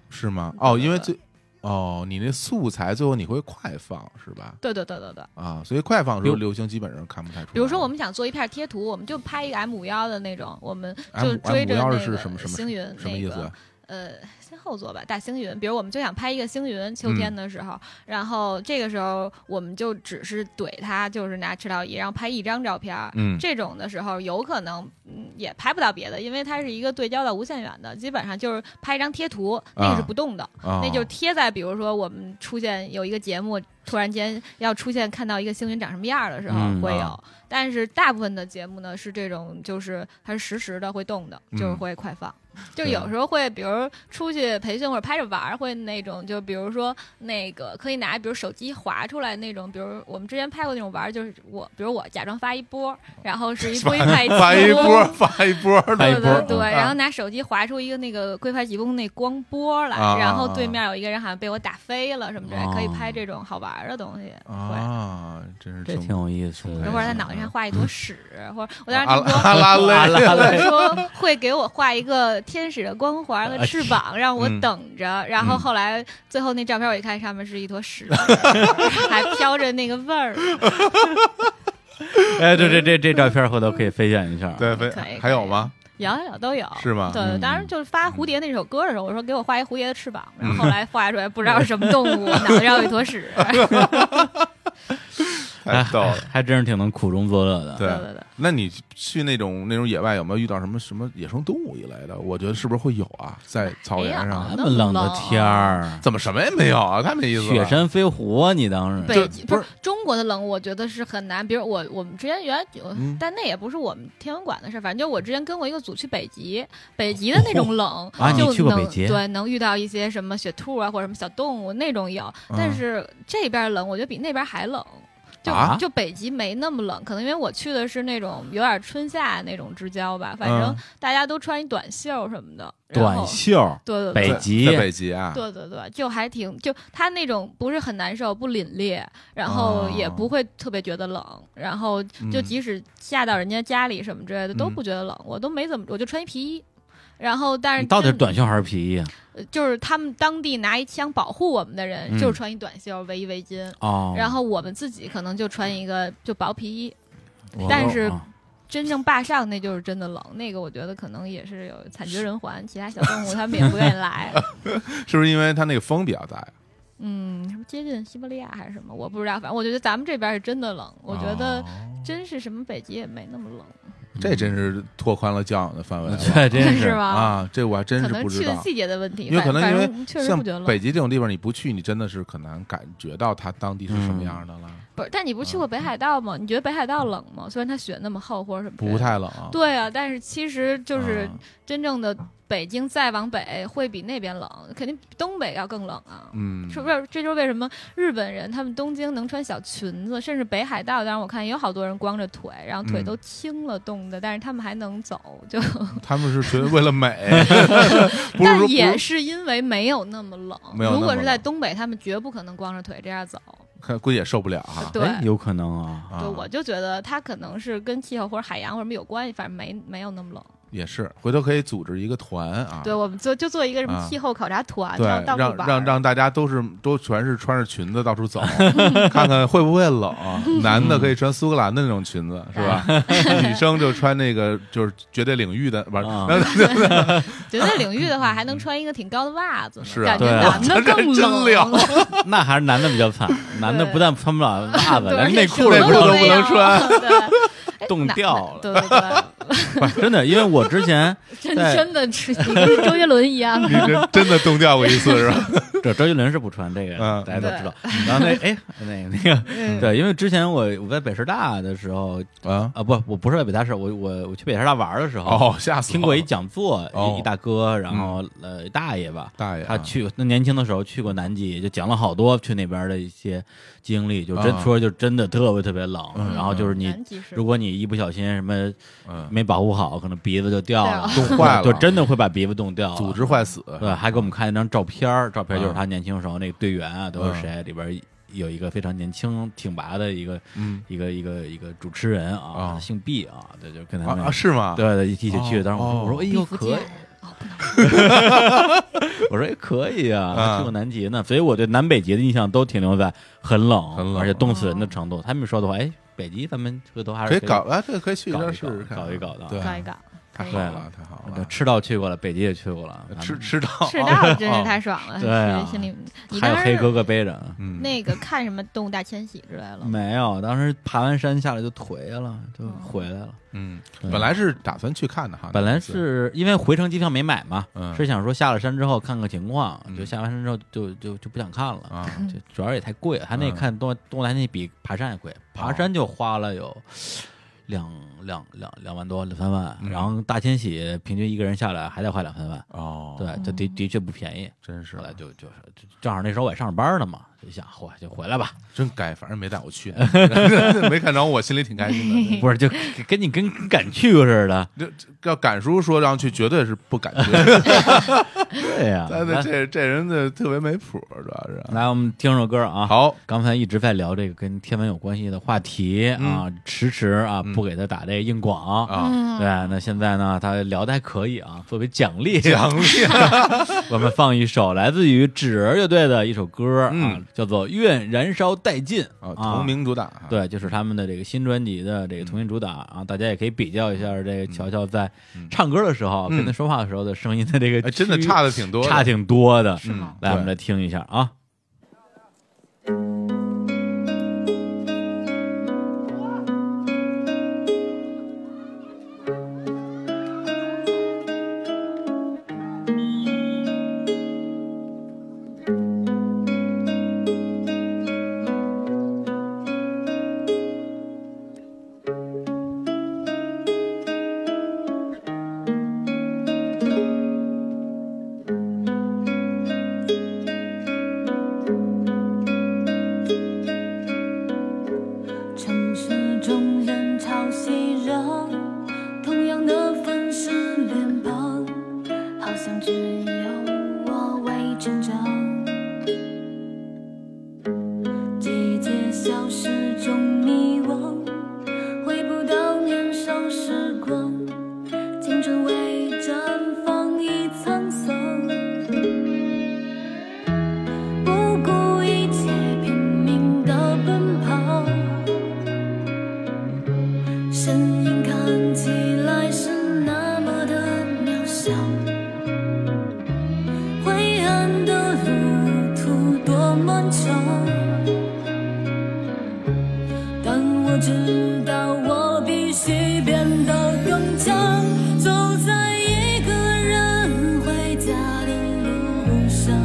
是
嗯
吗？哦，因为
对
最哦，你那素材最后你会快放是吧？
对对对对对。
啊，所以快放的时候
比
流星基本上看不太出来。
比如说，我们想做一片贴图，我们就拍一个 M 五幺的那种，我们
M-
就追着
M
那
五
个
幺是什么什么
星云
什么
那
意思
个
啊？
呃先后座吧，大星云。比如我们就想拍一个星云，秋
嗯
天的时候，然后这个时候我们就只是怼它，就是拿赤道仪，然后拍一张照片儿。
嗯
这种的时候，有可能嗯也拍不到别的，因为它是一个对焦到无限远的，基本上就是拍一张贴图，那个是不动的，
啊，
那就是贴在，比如说我们出现有一个节目，突然间要出现看到一个星云长什么样儿的时候
嗯
会有，
啊
但是大部分的节目呢是这种，就是它是实时的会动的，就是
嗯
会快放。就
对
有时候会，比如出去培训或者拍着玩儿，会那种，就比如说那个可以拿，比如手机划出来那种，比如我们之前拍过那种玩儿，就是我，比如我假装发一波，然 后是一龟派气
发一
功
波，发一波 的，
发一
对
波
对
儿啊
对，
嗯
然后拿手机划出一个那个龟派气功那光波来，
啊
然后对面有一个人好像被我打飞了什么之类，可以拍这种好玩的东西。会，
啊，真是
这
挺
挺有意思的。
或者他脑袋上画一坨屎，或者我当
阿
时听
拉
说。
阿拉蕾，
拉
我
蕾，
说会给我画一个天使的光环和翅膀，让我
嗯
等着。然后后来最后那照片我一看，上面是一坨 屎，还飘着那个味儿。
哎，对这这这照片回头可以飞现一下。
对，
可以可以
非还有吗？
有有都有，
是吗
对，
嗯
当时就是发《蝴蝶》那首歌的时候，我说给我画一蝴蝶的翅膀，
嗯
然后后来画出来不知道是什么动 物，脑袋上有一坨屎。
太逗
哎
了。
还真是挺能苦中作乐的。
对
对对对
那你去那种那种野外有没有遇到什么什么野生动物一类的？我觉得是不是会有啊？在草原
没有
上啊
那么冷的天儿，
怎么什么也没有啊？太没意思
哦
了。
雪山飞狐啊，你当时
北
这
极
不
不
是
是中国的冷，我觉得是很难。比如我我们之前原来有
嗯，
但那也不是我们天文馆的事儿，反正就我之前跟过一个组去北极，北极的那种冷
啊，
就
你去过
能
北极
对能遇到一些什么雪兔啊或者什么小动物那种有，
嗯
但是这边冷，我觉得比那边还冷。就、
啊
就北极没那么冷，可能因为我去的是那种有点春夏那种之交吧，反正
嗯
大家都穿一短袖什么的。然后
短袖，
对对对
北
在
极
在北极啊，
对对对，就还挺就它那种不是很难受，不凛冽，然后
哦
也不会特别觉得冷，然后就
嗯
即使下到人家家里什么之类的、都
嗯
不觉得冷，我都没怎么，我就穿一皮衣。然后，但是
你到底是
真
短袖还是皮衣啊？
呃就是他们当地拿一枪保护我们的人，
嗯
就是穿一短袖围一围巾，
哦，
然后我们自己可能就穿一个就薄皮衣。
我
但是
哦
真正坝上那就是真的冷，那个我觉得可能也是有惨绝人寰，其他小动物他们也不愿意来。
是不是因为它那个风比较大呀？
嗯，什么接近西伯利亚还是什么，我不知道。反正我觉得咱们这边是真的冷，我觉得
哦
真是什么北极也没那么 冷，
这真是拓宽了教养的范围了
这真
是
是哎
吧？
啊！这我还真
可
是
能
不
去
知
的
道，
季节的问题，
因为可能
反
因
正
为
反正确实
像
不觉得冷
北。极这种地方，你不去，你真的是很难感觉到它当地是什么样的了，
不是，但你不
嗯
是去过北海道吗？你觉得北海道冷吗？虽然它雪那么厚或者什么之类
不
的，
太冷啊。
对啊，但是其实就是
啊
真正的北京再往北会比那边冷，肯定比东北要更冷啊。
嗯，
是不是？这就是为什么日本人他们东京能穿小裙子，甚至北海道，当然我看也有好多人光着腿，然后腿
嗯
都青了冻的，但是他们还能走，就
他们是觉得为了美，不是说
但
不
也
是
是因为没有那么冷。
没有那么
如果是在
冷
东北，他们绝不可能光着腿这样走。
看估计也受不了哈。
对。
哎有可能啊。
啊
对，我就觉得它可能是跟气候或者海洋或者什么有关系，反正没没有那么冷。
也是，回头可以组织一个团啊。
对，我们做就做一个什
啊
么气候考察团，
对，
到
让
到处玩
让
儿。
让大家都是都全是穿着裙子到处 走，看看会不会冷。男的可以穿苏格兰的那种裙子，是吧？ 女生就穿那个就是绝对领域的，不是
啊
绝对领域的话，还能穿一个挺高的袜子呢，
嗯是啊
感觉
对啊
男的更
真
冷。
凉
那还是男的比较惨，男的不但穿不了袜子，
对
连内裤
内
都
裤都不
能
能穿，。
啊对，
冻
哪
掉
哪
了
对对 对，
不是真的，因为我之前
真
对
真的是跟周杰伦一样
你这真的冻掉过一次是吧？
这周杰伦是不穿这个，
嗯
大家都知道。然后那哎，那那个
嗯
对，因为之前我我在北师大的时候
啊，
啊，不，我不是在北大师，我我我去北师大玩的时候，
哦，吓死我了！
听过一讲座，
哦
一一大哥，然后呃大爷吧，
大爷啊，
他去那年轻的时候去过南极，就讲了好多去那边的一些经历，就真
啊
说就真的特别特别冷，
嗯
然后就是你
南极是
如果你一不小心什么
嗯，
没保护好，可能鼻子就掉了，
冻坏了
就真的会把鼻子冻掉了。
组织坏死，
啊对，还给我们看一张照片儿，照片就是
嗯
他年轻时候那个队员啊都是谁，里边有一个非常年轻挺拔的一个
嗯
一个一个一个主持人啊
啊，
姓毕啊，对，就跟他
啊
们
啊是吗？
对对一起去。
哦
当时我说
哦
我说哎
毕
呦
福
可
剑
以，
哦不能
我说哎可以啊，
嗯
还去过南极呢，所以我对南北极的印象都停留在很冷，
很冷
而且冻死人
嗯
的程度。他们说的话，哎，北极咱们回头还是
可以搞啊，这个可以去
搞
这
一
儿
搞
试试看，
搞一搞的
对，啊
搞一搞，
太太
可以
好了，太好了，
赤道去过了，北极也去过了，
吃吃到
赤道真是太爽了，
对啊
心里你
还有
当
黑
时
哥哥背着。
嗯，
那个看什么《动物大迁徙》之类的了吗？
没有，当时爬完山下来就颓了，就回来了。
嗯，
对
本来是打算去看的哈，
本来
那次
是因为回程机票没买嘛，
嗯
是想说下了山之后看看情况，
嗯
就下完山之后就就就不想看了。
啊，
就主要也太贵了，他那
嗯哦
看东东南那比爬山还贵，爬山就花了有两两两两万多两三万，
嗯
然后大迁徙平均一个人下来还得花两三万，
哦，，
对，这的的确不便宜。
真是
后来就就是就正好那时候我也上着班呢嘛，就想嚯就回来吧，
真该，反正没带我去， 没看着我心里挺开心 的。
不是就跟你跟跟赶去过似的，
这这要敢叔说让去，绝对是不敢 去。
对呀、
但是
来
这这人的特别没谱，主要是。
来我们听首歌啊，。
好，
刚才一直在聊这个跟天文有关系的话题啊，迟迟啊
嗯
不给他打这硬广
啊
对，那现在呢，他聊的还可以啊，作为奖励，
奖励
我们放一首来自于纸人乐队的一首歌啊
嗯，
叫做《愿燃烧殆尽》
啊，
啊
同。名主打啊，
对，就是他们的这个新专辑的这个同名主打啊，大家也可以比较一下这个乔乔在唱歌的时候
嗯嗯
跟他说话的时候的声音的这
哎，
个
真的
区
差的挺多的，
差挺多的，
是吗
来，我们来听一下啊。
城市中人潮熙攘，同样的粉饰脸庞，好像只有我未成长。季节消失中迷惘，回不到年少时光，青春未绽放已沧桑。不顾一切拼命的奔跑，身影看起来是那么的渺小。灰暗的路途多漫长，但我知道我必须变得更强。走在一个人回家的路上。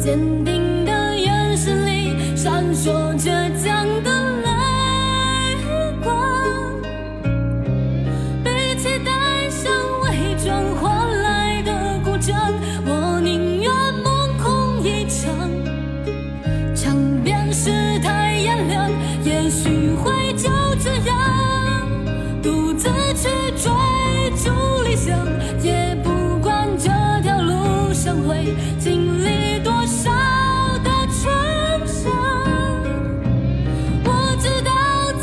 坚定的眼神里闪烁倔强的泪光，背起带上伪装换来的鼓掌，我宁愿梦空一场，场边世态炎凉，也许会就这样独自去追逐理想，也不管这条路上会经历多少的创伤。我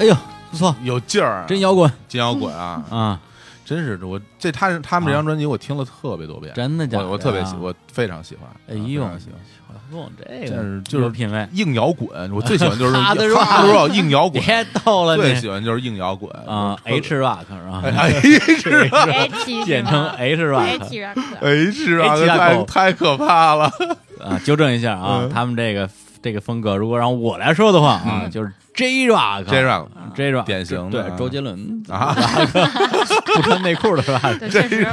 哎不错，
有劲儿啊，
真摇滚
真摇滚啊！
啊，
真是我这他他们这张专辑我听了特别多遍，
真的假的？
我我特别喜，，我非常喜欢，
哎
啊非
呦
常喜欢。
弄这
但
个
是就是
有品味，
硬摇滚，我最喜欢就是
哈
哈
德
德
若
若硬摇 滚，
别逗了
最
你
喜欢就是硬摇滚
啊
我特别
，H rock 是吧？
哎，H 啊
H
简称 H rock
H rock，
H 啊，
H 啊
太
狗
太可怕 了。
啊，纠正一下
嗯
啊，他们这个这个风格，如果让我来说的话啊，就是 J rock
J rock
J rock
典型的
对
啊
周杰伦
啊，
不穿内裤的是吧？
对，确实，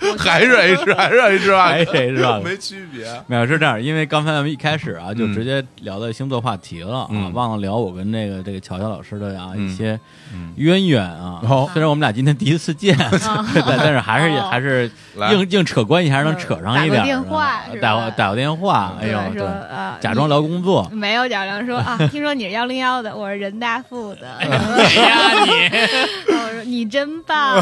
我
还是 H 还是 H 啊，
还是 H 啊
没区别。
没有是这样，因为刚才咱们一开始啊，就
嗯
直接聊到星座话题了啊，
嗯
忘了聊我跟这个这个乔乔老师的啊、
嗯
一些
嗯
渊源啊。
哦嗯
虽然我们俩今天第一次见， 但但是还是、
哦嗯
还是
来
硬硬扯关系，还是能扯上一点儿啊。
打个电话是吧
打过打过电话，哎
嗯
对
呦，对，
说啊，
假装聊工 作。
你没有假装说啊，听说你是幺零幺的，我是人大附 的，
哎
啊
呀你，
我说你真棒，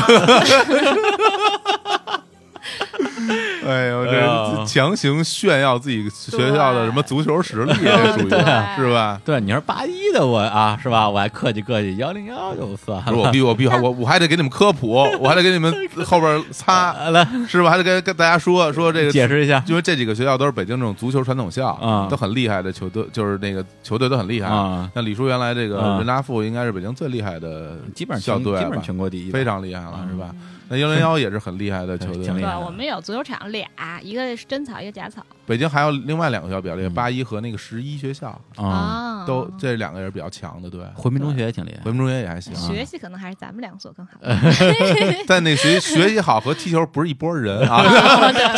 哎呦，
哎呀
这强行炫耀自己学校的什么足球实力，
啊
这属于
对
是吧？
对，你是八一的我啊，是吧？我还客气客气，幺零幺就算
不是我
了。
必我必须我我还得给你们科普，我还得给你们后边擦，
啊来
是吧？还得跟跟大家说说这个
解释一下
因为这几个学校都是北京这种足球传统校，
啊
都很厉害的球队，就是那个球队都很厉害。
啊，
那李叔原来这个
啊
人大附应该是北京最厉害的
基本
校
上全
队
基
了吧，
本上全国第一吧，
非常厉害了，
嗯
是吧？那幺零幺也是很厉害的啊球
挺厉
队
害。
对，我们有足球场俩，一个是真草，一个假草
北京还有另外两个学校比较厉害，
嗯
八一和那个十一学校
啊。
啊，
都这两个也是比较强的，对。
回民中学也挺厉害
回，民中学也还行，啊
学习可能还是咱们两所 更好，
但那学学习好和踢球不是一拨人啊，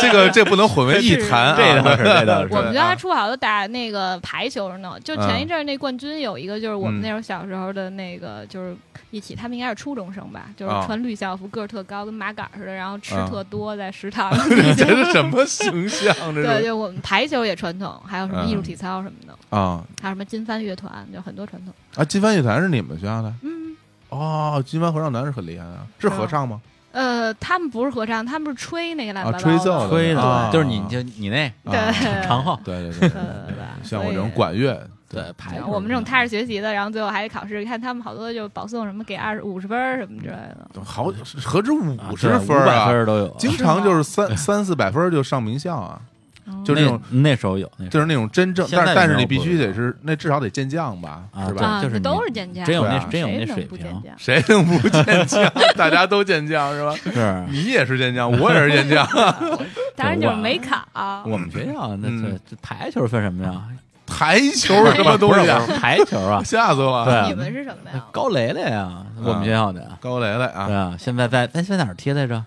这个啊这不能混为一谈啊。
这倒是这倒是
我们家出好多打那个排球呢，
嗯
就前一阵儿那冠军有一个，就是我们那时候小时候的那个，就是一起，他们应该是初中生吧，就是
啊
穿绿校服，个儿特高，跟马杆儿似的，然后吃
啊
特多，在 食堂。
这是什么形象？这
对，
是
就我们排球也传统，还有什么
嗯
艺术体操什么的，
啊
还有什么金帆乐团，就很多传统。
啊！金帆乐团是你们学校的
嗯，
哦，金帆合唱团是很厉害的，是合唱吗？
呃，他们不是合唱，他们是吹那个乱七
啊
八
吹
糟
奏
的，
的
吹
啊
的，就是你就你那
啊
对，
长号，
对对对对，
呃 吧
像我这
所
种
以
管乐，
嗯对，排
我们这种踏实学习的，然后最后还得考试，看他们好多就保送什么给二十五十分儿什么之类的。
好何止五十
分
分儿
分
啊！
儿都有，
经常就是三三四百分儿就上名校啊，就这种
那那时候有，那时
就是那种真正，
现在
但但是
有没
你
有
必
不
须
知道
得是那至少得健将吧，
候
是吧？
啊，
啊
对就是
那
你
都是健将
真有
对
那
啊
真有
谁
那
能
水
不健
平，
将？
谁能不健将？大家都健将是吧？
是
你也是健将，我也是健将，
当然就是没考。
我们学校啊那
嗯
这这排球分什么呀？
台球是什么东西啊，
不？是排球啊
吓死 我！
对
了！
啊
你们是什么 呀？
高雷雷啊，我们学校的，
高雷雷
对
啊，
啊，现在在咱现在哪儿贴来着？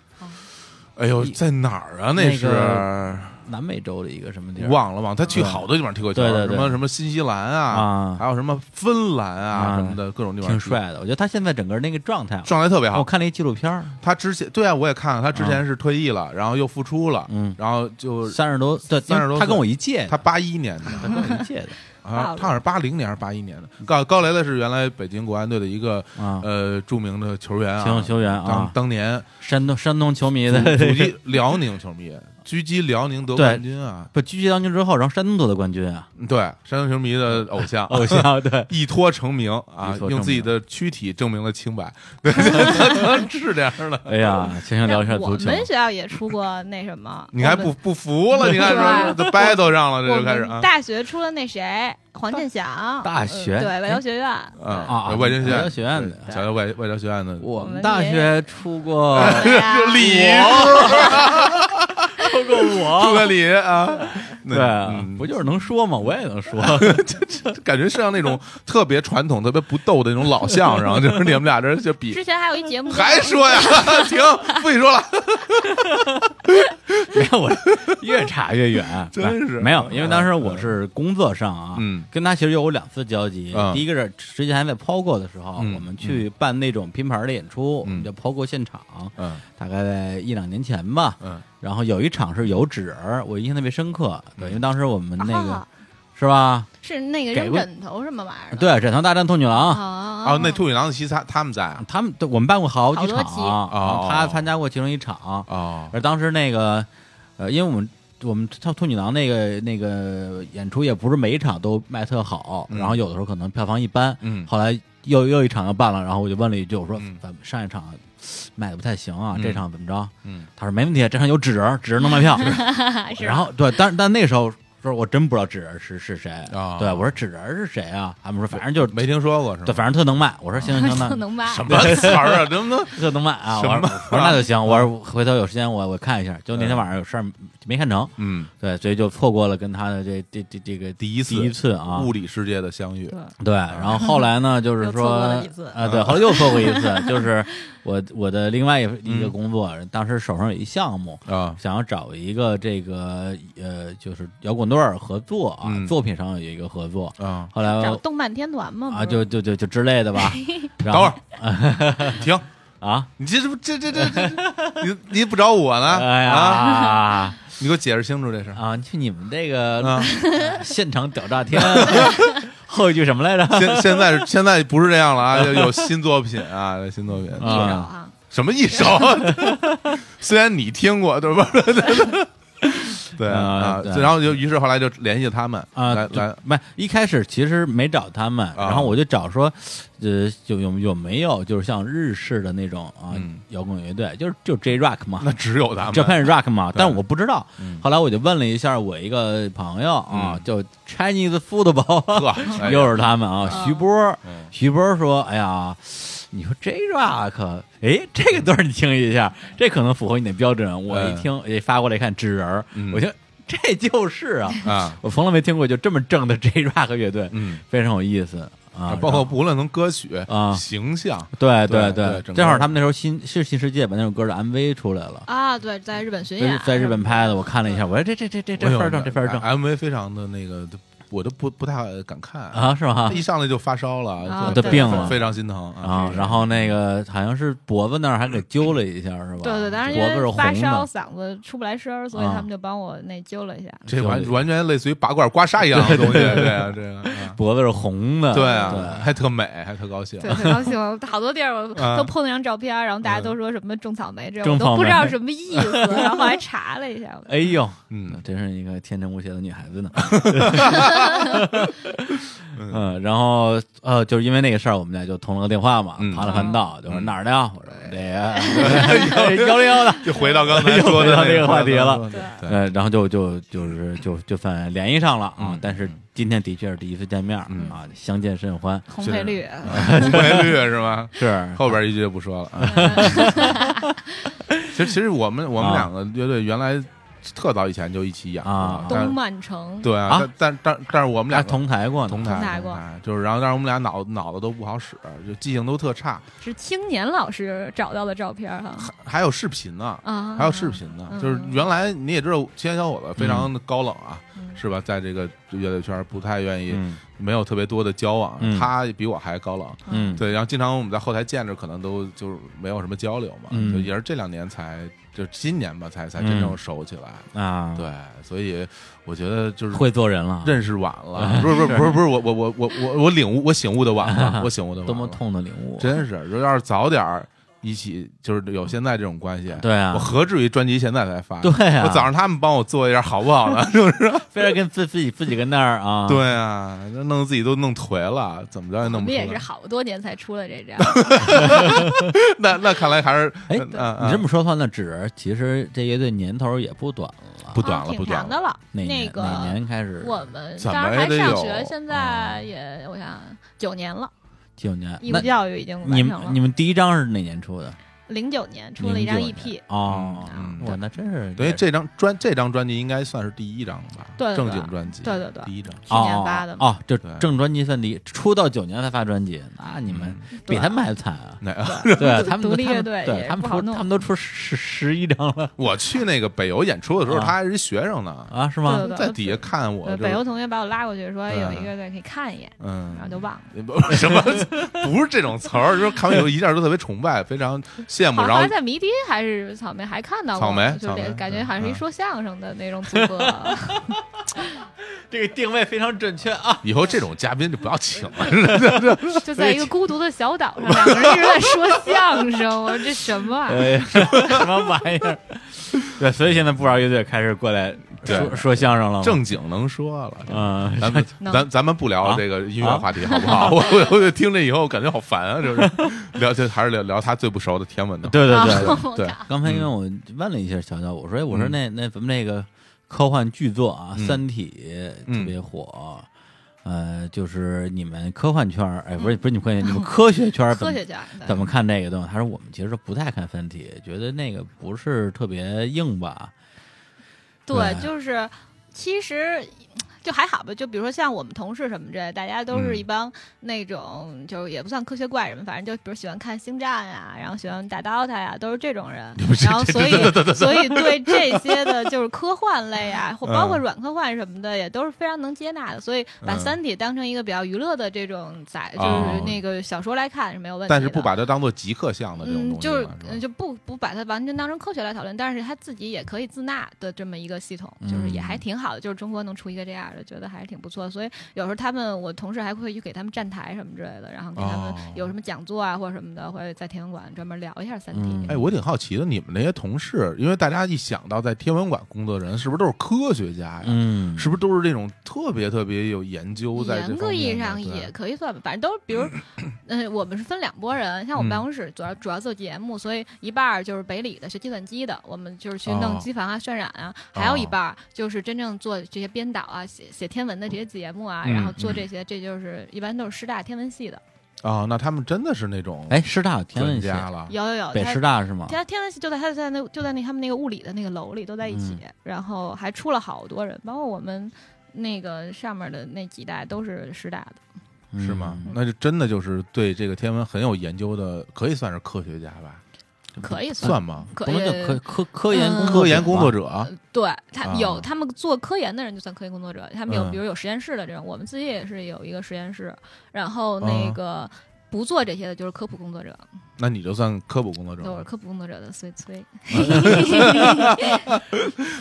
哎呦，在哪儿啊？
那
是
个南美洲的一个什么地儿？
忘了忘了，他去
对
好多地方踢过球，
对对对
什么什么新西兰啊
啊，
还有什么芬兰啊
啊
什么的各种地方，
挺，帅的，我觉得他现在整个那个状态啊，
状态特别好
我。看了一纪录片儿，
他之前对啊，我也看了，他之前是退役了，然后又复出了，
嗯，
然后就
三十多，对，因为
30多岁
他跟我一届的，
他八 一年的
他跟我一届
啊
了，
他好像八零年还是八一年的。高高雷雷是原来北京国安队的一个
的啊，
呃著名的球员
球
啊，
球员
当
啊，
当年
山东山东球迷
祖
的
祖籍辽宁球迷，狙击辽宁得
对
冠军啊，
不，狙击当军之后，然后山东夺得冠军啊，
对，山东球迷的偶像，。
偶像对
一脱成名啊
一，脱成名
用自己的躯体证明了 清白， 对，可能是这样的。
哎呀，轻轻聊一下
哎我
足球，
们学校也出过那什么？
你还
我
不
们？
不服了？你看说这 battle 上了，这
我
就开始
们
啊
大学出了那谁，黄健翔。
大大学哎
嗯对，外交 学院。
啊外
外交学院，
交学院的
对小外外交学院的，
哎我们
们
大
也
学出过
对呀
就 李叔
出过我，
哥李啊，那
对啊
嗯，
不就是能说吗？我也能 说，
感觉是像那种特别传统、特别不逗的那种老相声，就是你们俩这就比
之前还有一节目，
还说呀，停，不许说了。
没有我越差越远，
真是
没有，因为当时我是工作上啊，
嗯
跟他其实有我两次交集
嗯，
第一个是之前还在 POGO 的时候，
嗯
我们去办那种拼盘的演出，我
嗯
们叫 POGO 现场，
嗯
大概在一两年前吧，
嗯
然后有一场是有纸人儿，我印象特别深刻，对，因为当时我们那个
啊
是吧？
是那个
给
扔
过
枕头什么玩意儿的。
对，《枕头大战兔女郎》
啊
哦，那兔女郎的其实他他们在啊，
他们对我们办过好几
好多
场，
集
然后
哦
他参加过其中一场，
哦
而当时那个呃，因为我们我们他兔女郎那个那个演出也不是每一场都卖特好，
嗯
然后有的时候可能票房一般，
嗯
后来又又一场要办了，然后我就问了一句，我说
嗯
咱们上一场卖的不太行啊，
嗯
这场怎么着？
嗯，
他说没问题，这场有纸人，纸人能卖票。
是
然后对，但但那时候说我真不知道纸人是是谁，
啊
对我说纸人是谁啊？他们说反正就是
没听啊说过是吗？
对，反正特能卖。我说行行行，
不
那
能卖，
什么 词儿啊？能不能
特能卖啊！
什
我
么
说我说那就行，我说回头有时间我我看一下。就那天晚上有事儿没看成，
嗯，
对，所以就错过了跟他的这这这这个
第一次
第一次啊，
物理世界的相遇，
对，然后后来 呢，就是
又错
说
过了一次
啊，对，后来又错过一 次，就是我我的另外一一
嗯
个工作，当时手上有一项目，
啊，
想要找一个这个呃，就是摇滚队儿合作啊，
嗯
作品上有一个合作，
啊，
后来
找动漫天团嘛，
啊，
不
就
是
就就就之类 的吧。等
等会儿，停，
啊，
你这这这这这，你你不找我呢？
哎
啊，
呀
你给我解释清楚这事儿
啊，去你们这个
啊！
现场屌炸 天，后一句什么来着？
现现在现在不是这样了啊，有有新作品啊，有新作品
一手
啊
啊，
什么一首？ 虽然你听过，对吧？ 对啊，
啊 对
然后就于是后来就联系他们
啊，
来
就
来，啊
没一开始其实没找他们，然后我就找说，呃，有有有没有就是像日式的那种啊
嗯
摇滚乐队，就是就 J Rock 嘛，
那只有他们
Japan Rock 嘛，
对
但我不知道
嗯。
后来我就问了一下我一个朋友啊
嗯，
叫 Chinese Football，
呵，哎呀
又是他们啊，徐波
嗯。
徐波说：“哎呀，你说 J Rock，哎，这个段儿你听一下，这可能符合你的标准。”我一
嗯
听，也发过来看纸人儿
嗯，
我觉得这就是啊，
啊，
我从来没听过就这么正的 J Rock 乐队，
嗯，
非常有意思啊。
包括
然后
无论从歌曲
啊
形象，
对
对对
对
整，个
正好他们那时候新是新世界把那首歌的 MV 出来了。
啊，对，在日本巡
在
演，
在日本拍的，我看了一下，我说这这这这这分儿正，这分儿正
MV 非常的那个，我都不不太敢看。
啊，是吗
一？上来就发烧了，
啊
就
对病了
非常心疼啊！
啊，然后那个好像是脖子那儿还给揪了一下，是吧？
对对，当时因
脖子是
为
红
发烧，
的，
嗓子出不来声儿，所以
啊
他们就帮我那揪了一下。
这
就
完完全类似于拔罐刮痧一样的东西，对啊，这个啊
脖子是红的，
对啊，
嗯对
还特美，还特高兴。
对，很高兴，好多地儿我
啊嗯
都 po 那张照片，然后大家都说什么种草莓这，
种
我
草莓
都不知道什么意思，然后后来查了一下，
哎呦，
嗯
真是一个天真无邪的女孩子 呢。嗯，然后呃，就是因为那个事儿，我们俩就通了个电话嘛，
嗯
盘了盘道，就说哪儿的呀？我说这
嗯
个幺零幺的。
就回到刚才说的
又回到这个话题了
对对
呃，然后就就就是就就算联系上了啊
嗯，
但是今天的确是第一次见面
嗯
啊，相见甚欢，
哎
红配绿，
红白绿是吗？
是
后边一句就不说了。啊
嗯
其实，其实我们我们
啊
两个乐队原来特早以前就一起演过
啊
但
东漫城，
对
啊
但但但但是我们俩
还同台过呢，
同
同
台
台过
就是然后但是我们俩脑脑子都不好使，就记性都特差，
是青年老师找到的照片哈，
还有视频呢。
啊，
还有视频呢，
嗯
就是原来你也知道，青年小伙子非常的高冷啊，
嗯
是吧？在这个乐队圈不太愿意，
嗯
没有特别多的交往，
嗯
他比我还高冷，
嗯，
对，然后经常我们在后台见着，可能都就是没有什么交流嘛，
嗯
就也是这两年才，就今年吧，才才真正熟起来。
啊，
对，所以我觉得就是
会嗯做人了，
认识晚了，不是不是不是不是我我我我我我领悟我醒悟的晚 了，我醒悟的晚了，
多么，痛的领悟，
真是，如果要是早点儿一起，就是有现在这种关系，
对啊
我，何至于专辑现在才 发？
对啊
我早上他们帮我做一下好不好呢？是不是？
非要跟自自己自己跟那儿啊，
对啊，那弄自己都弄颓了，怎么着也
我
弄
们
不出
也是
来。
好多年才出了这张，
那那看来还是，
哎
嗯嗯
你这么说的话，那纸人其实这乐队年头也不短了，
不短了，
啊挺
不短
长的
了。
了。
哪年
那个
哪年开始？
我们
怎么
当时还
也得
上
有啊
学，现在也我想想九年了，
九年。
义务
那
教育已经
你
完成
们你
了。
们第一张是哪年出的？
零九年出了一 E 张 EP，
哦
嗯，
哇，那真是
等于这张专这张专辑应该算是第一张了吧？
对对
正
对
经专辑，
对对对
第一张。
去年发的嘛。
嗯哦，哦就
对
正专辑算离出道九年才发专辑，那你们比
嗯对
他们还惨啊！
嗯那
对他们
独立
他们
乐队
对
也
他们
不
出
好弄
他们都出十十一张了
我去那个北邮演出的时候，
啊
他还是一学生呢，
啊，是吗
对？对
在底下看我
呃，
就是。
北欧同学把我拉过去说
对
啊
有一个对可以看一眼，
嗯
然，后就忘了。
不 什么不是这种词儿，就是看完以后一下都特别崇拜，非常羡
嗯
慕，
好
然
像
后
在迷笛还是草莓还看到过，
草莓
就是
草莓
这感觉好像是一
嗯
说相声的那种组合。
这个定位非常准确啊！
以后这种嘉宾就不要请 了。
就在一个孤独的小岛上，两个人一直在说相声，我说 这什么玩意
哎
儿？
呀，什么玩意儿？对，所以现在不玩乐队开始过来
对
说说相声了吗？
正经能说了。
嗯，
咱们
能
咱咱们不
啊
聊这个音乐话题好不好？我 我我就听着以后感觉好烦啊，就是 聊就还是聊聊他最不熟的天文的。
对对 对，
啊
对，
刚才因为我问了一下小小，我说哎，我说
嗯
那那咱们那个科幻巨作啊，
嗯
三体》特
嗯
别火，呃，就是你们科幻圈儿，
嗯
哎，不是不是你们科幻圈儿，你们科学圈 儿怎么
科学家
怎么看这个东西？他说我们其实不太看《三体》，觉得那个不是特别硬吧？
对
嗯
对，
就是其实。就还好吧，就比如说像我们同事什么之类的，大家都是
嗯
一帮那种、就是也不算科学怪人，反正就比如喜欢看星战呀、然后喜欢打 DOTA 呀、都是这种 人。然后所以所以对这些的就是科幻 类啊，或包括
嗯
软科幻什么的，也都是非常能接纳的。所以把《
嗯
三体》当成一个比较娱乐的这种载，
哦
就是那个小说来看是没有问题的。
但是不把它当做极客项的这种
嗯，
东西
就
嘛，
是呃
是吧
就不不把它完全当成科学来讨论，但是他自己也可以自纳的这么一个系统，就是也还
嗯
挺好的。就是中国能出一个这样的，觉得还是挺不错。所以有时候他们，我同事还会去给他们站台什么之类的，然后给他们
哦
有什么讲座啊或者什么的，或者在天文馆专门聊一下三体。
嗯
哎，我挺好奇的，你们那些同事，因为大家一想到在天文馆工作的人，是不是都是科学家呀？
嗯，
是不是都是这种特别特别有研究在这
严
方
格意
面
义
的
上
对
也可以算吧，反正都是 比如，嗯，我们是分两拨人，
嗯
像我们办公室主要主要做节目，所以一半儿就是北理的学计算机的，我们就是去弄
哦
机房啊、渲染啊，还有一
哦
半儿就是真正做这些编导啊、写写天文的这些节目啊，
嗯
然后做
嗯
这些，这就是一般都是师大天文系的，
啊，那他们真的是那种
哎，师大有天文
专
系，
家了，
有有有，
北
他
师大是吗？
他天文系就在他在那就在那他们那个物理的那个楼里都在一起，
嗯
然后还出了好多人，包括我们那个上面的那几代都是师大的。
是吗
嗯？
那就真的就是对这个天文很有研究的，可以算是科学家吧？
可以算
算吗？
可
嗯不能叫
也
科科科研
嗯
工
科研工作
者
者啊
对他
啊
有，他们做科研的人就算科研工作者，他们有
嗯
比如有实验室的这种，我们自己也是有一个实验室，然后
嗯
那个不做这些的就是科普工作者，
那你就算科普工作者
都是
了。
科普工作者的碎催，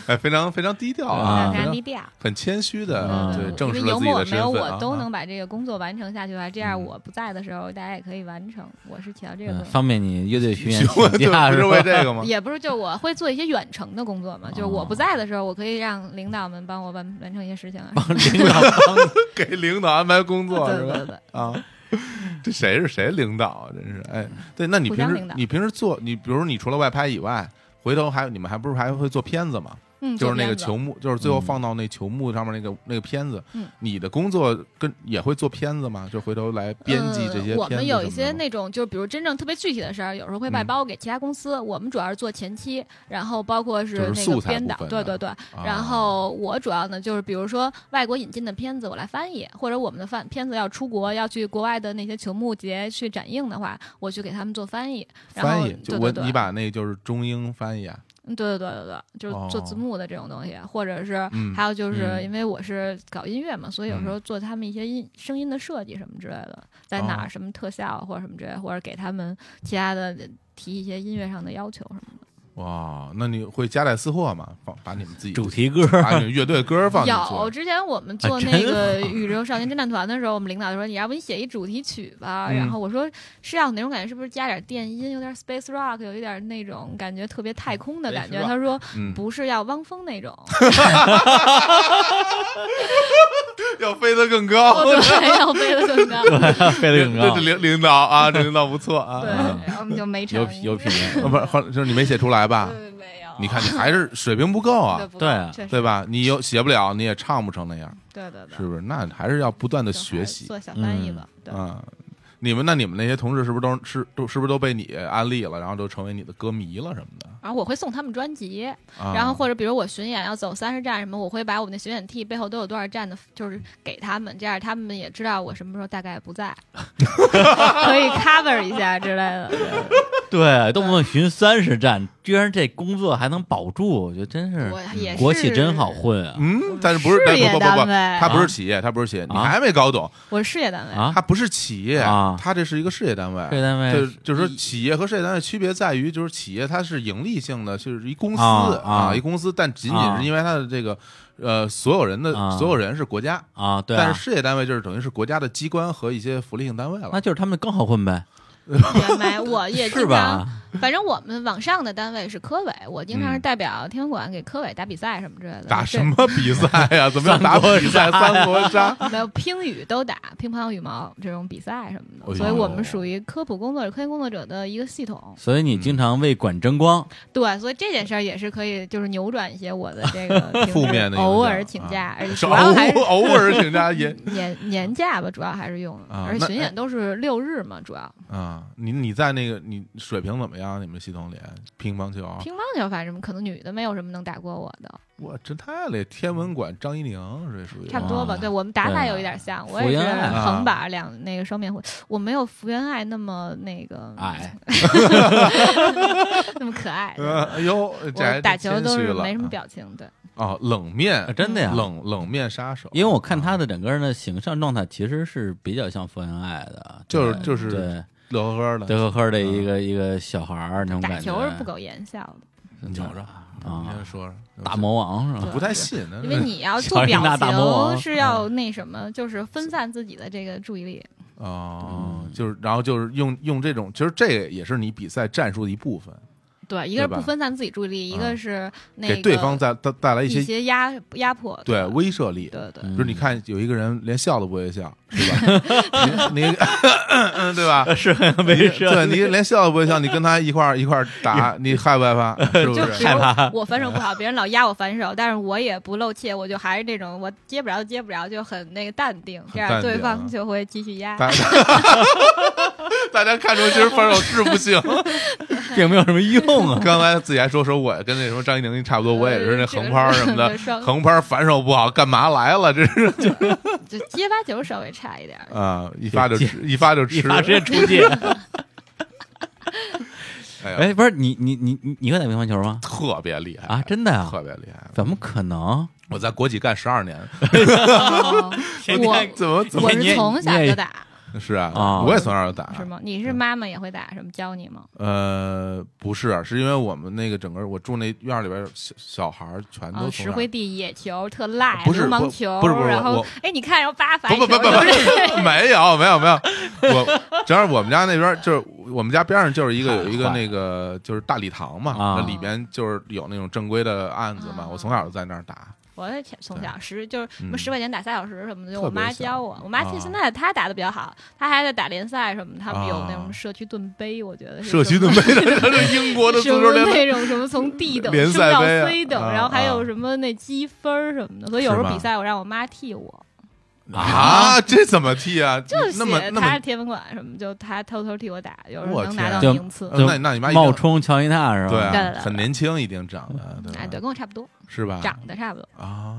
哎，非常非常低调
啊
啊，非
非常
常
低调。
很谦虚
啊
的，
对
对，
对
证
嗯因
实
为
了
有
自己
我
的
没有
身份
我
啊。
都
啊
能把这个工作完成下去吧，这样
嗯
我不在的时候大家也可以完成。我是起到这个
嗯
作用。
方便你乐队巡演
就
请假
不是
吧
为这个吗？
也不是，就我会做一些远程的工作嘛，就是我不
哦
在的时候，我可以让领导们帮我完完成一些事情 啊。
帮领导帮
给领导安排工作
对
是
对
吧？
对，嗯
啊，这谁是谁领导啊？真是哎，对，那你
互
平
相
时
领导
你平时做你，比如你除了外拍以外，回头还你们还不是还会做片子吗？
嗯，
就是
做
那个
片子
球幕，就是最后
嗯
放到那球幕上面那个那个片子
嗯。
你的工作跟也会做片子吗？就回头来编辑这些片子什么的
呃。
吗。
我们有一些那种，就比如真正特别具体的事儿，有时候会外
嗯
包给其他公司。我们主要是做前期，然后包括是
就是
那
素
个
材
编
部
导，
分
对
的
对对。
啊，
然后我主要呢，就是比如说外国引进的片子，我来翻译，或者我们的翻片子要出国，要去国外的那些球幕节去展映的话，我去给他们做翻译。然
翻
后
译，就
对
我
对对
你把那就是中英翻译啊，
嗯对对对对对，就是做字
哦
幕的这种东西，或者是
嗯
还有就是
嗯
因为我是搞音乐嘛，所以有时候做他们一些音声音的设计什么之类的，在哪
哦
儿什么特效啊或者什么之类，或者给他们其他的提一些音乐上的要求什么的。
哇，那你会夹带私货吗？放把你们自己
主题歌，
把你们乐队歌放进
有
去，
之前我们做
真
那个宇宙少年侦探团的时候，我们领导就说：“你要不你写一主题曲吧？”
嗯
然后我说：“是要有那种感觉，是不是加点电音，有点 space rock，有一点那种感觉特别太空的
space
感觉？”
rock
他说：“
嗯，
不是要汪峰那种。”
要飞得更高。
对，要飞得更高。
飞得更
这
高
这，领领导啊，这领导不错啊
对，。
啊
然后我们嗯就没成。
有品有品味。
啊不是，后来就是你没写出来吧？
对，没有。
啊你看你还是水平不够啊，
不
对啊
确实
对吧？你又写不了，你也唱不成那样，
对对对，
是不是？那还是要不断的
就还
学习嗯
做小翻译吧。对，
啊。你们那你们那些同事是不是都是都是不是都被你安利了，然后都成为你的歌迷了什么的？
然后我会送他们专辑，
啊、
然后或者比如我巡演要走三十站什么，我会把我们的巡演 T 背后都有多少站的，就是给他们，这样他们也知道我什么时候大概不 在，可以 cover 一下之类的。
对，动不动巡三十站，居然这工作还能保住，我觉得真是
我也是
国企真好，混啊！
嗯，但是不是
事业
不不不不，
单位
他不
啊
是企业，他不是企业，你
啊
还没搞懂，
我是事业单位
啊
他不是企业
啊
他这是一个事业单位。
事业单位
就是就是说，企业和事业单位区别在于，就是企业它是盈利性的，就是一公司
啊啊
啊，一公司，但仅仅
啊
是因为它的这个呃，所有人的
啊
所有人是国家，
啊，对啊
但是事业单位就是等于是国家的
啊
机关和一些福利性单位了
那。就是他们更好混呗，
也没，我也
是
经常
吧？
反正我们往上的单位是科委，我经常是
嗯
代表天文馆给科委打比赛什么之类的。
打
对
什么比赛 呀、怎么样打比赛？三国杀，
哦没有乒羽都打，乒乓、羽毛这种比赛什
哎
么
呦
的，所以我们属于科普工作者、科研工作者的一个系统。
所以你经常为管争光，
对，所以这件事儿也是可以，就是扭转一些我的 这个平时
负面的影响啊
偶尔请假，而且
是
主要还
偶
是嗯
偶尔请 假也
年年假吧，主要还是用的，
啊
而
那
巡演都是六日嘛，主要
啊。你你在那个你水平怎么样？你们系统里乒乓球，啊
乒乓球反正可能女的没有什么能打过我的，
我真太累。天文馆张一宁这属于
差不多吧。
哇
对我们打
对
法
啊
有一点像，我
福
也
原
是
爱
啊
横板两那个双面会，我没有福原爱那么那
嗯
个
啊
哎，
那么可爱。
呃，哎呦， 这还
我打球
真
都
谦虚
是
了啊
没什么表情，对。
哦，冷
啊
面，
真的呀，
冷冷面杀手，
因为我看他的整个人的形象状态其实是比较像福原爱的，
就是
对
就是嗯
对
乐呵呵的，
德赫赫的一个一个小孩儿那种
打
感觉，嗯
球是不苟言笑的，
你瞅瞅你
啊
先，说说
大魔王是吧？
嗯不太信，那
因为你要
小
做
人
表
大大魔王
情是要那什么，就是分散自己的这个注意力。
嗯
哦，就是然后就是用用这种，其实这也是你比赛战术的一部分，
对，一个是
对吧
不分散自己注意力，一个是那个
给对方带带带来一
一
些
些压压迫。
对威慑力。
对对
嗯
比如你看有一个人连笑都不会笑，是 吧？你 你对吧？
是很猥
对你连笑都不会笑，你跟他一块儿一块儿打，你害不害 怕？是不
就是比？如我反手不好，别人老压我反手，但是我也不露怯，我就还是那种我接不着就接不着，就很那个淡定，这样
淡定啊
对方就会继续压。
大大家看出其实分手是不行。
并没有什么用啊。
刚才自己还说说我跟那什么张怡宁差不多，我也
嗯
是那横拍什么的
对，双
横拍反手不好，干嘛来了？这是
就接发球稍微差一点 儿。
啊，一发就吃，一发就
一
吃。
发直接出 界。
哎呀，
哎，不是你你你你你会打乒乓球吗？
特别厉害
啊，真的呀、
特别厉害。
怎么可能？
我在国企干十二年，
哦我
怎么怎
么
我
你也
是从
你
小
也
就打，
么是啊？
啊
我也从小就打
是。吗？你是妈妈也会打什么教你吗？
呃，不是，是因为我们那个整个我住那院里边小小孩儿全
啊，
都
石
从
灰
小。
地、野球、特赖、
不是
流
不
氓球，
不是不是
然
我
后哎，你看，然后叭罚
不不
一球，
不不
就
不
是
不， 没有没有没有，我正好我们家那边就是我们家边上就是一个有一个那个就是大礼堂嘛，
啊
那里边就是有那种正规的案子嘛，
啊
我从小就在那儿打，
我也从小十就是什
嗯
么十块钱打三小时什么的，就
特
我
别
妈
小
教我。我妈
啊
现在她打的比较好，她还在打联赛什么，他们有那
啊
种社区盾杯，我觉得是
社区
什
的没
么
人，这是英国的足
什
球
么
联赛
那种什么从 D 等
联
升
赛
到
杯啊
C 等，
啊
然后还
啊
有什么那积分儿什么的，所以有时
是
候
吗
比赛我让我妈替我，
啊，这怎么踢啊？
就
那么
写
那
她
么
是天文馆什么，就她偷偷替我打，有时
我
候能拿
天
到
就
名次。
呃那那你妈一定
冒充乔伊娜是吧？哎
对
对
啊
对，对
很年轻，一定长得对吧
哎，对，跟我差不多，
是吧？
长得差不多。
啊，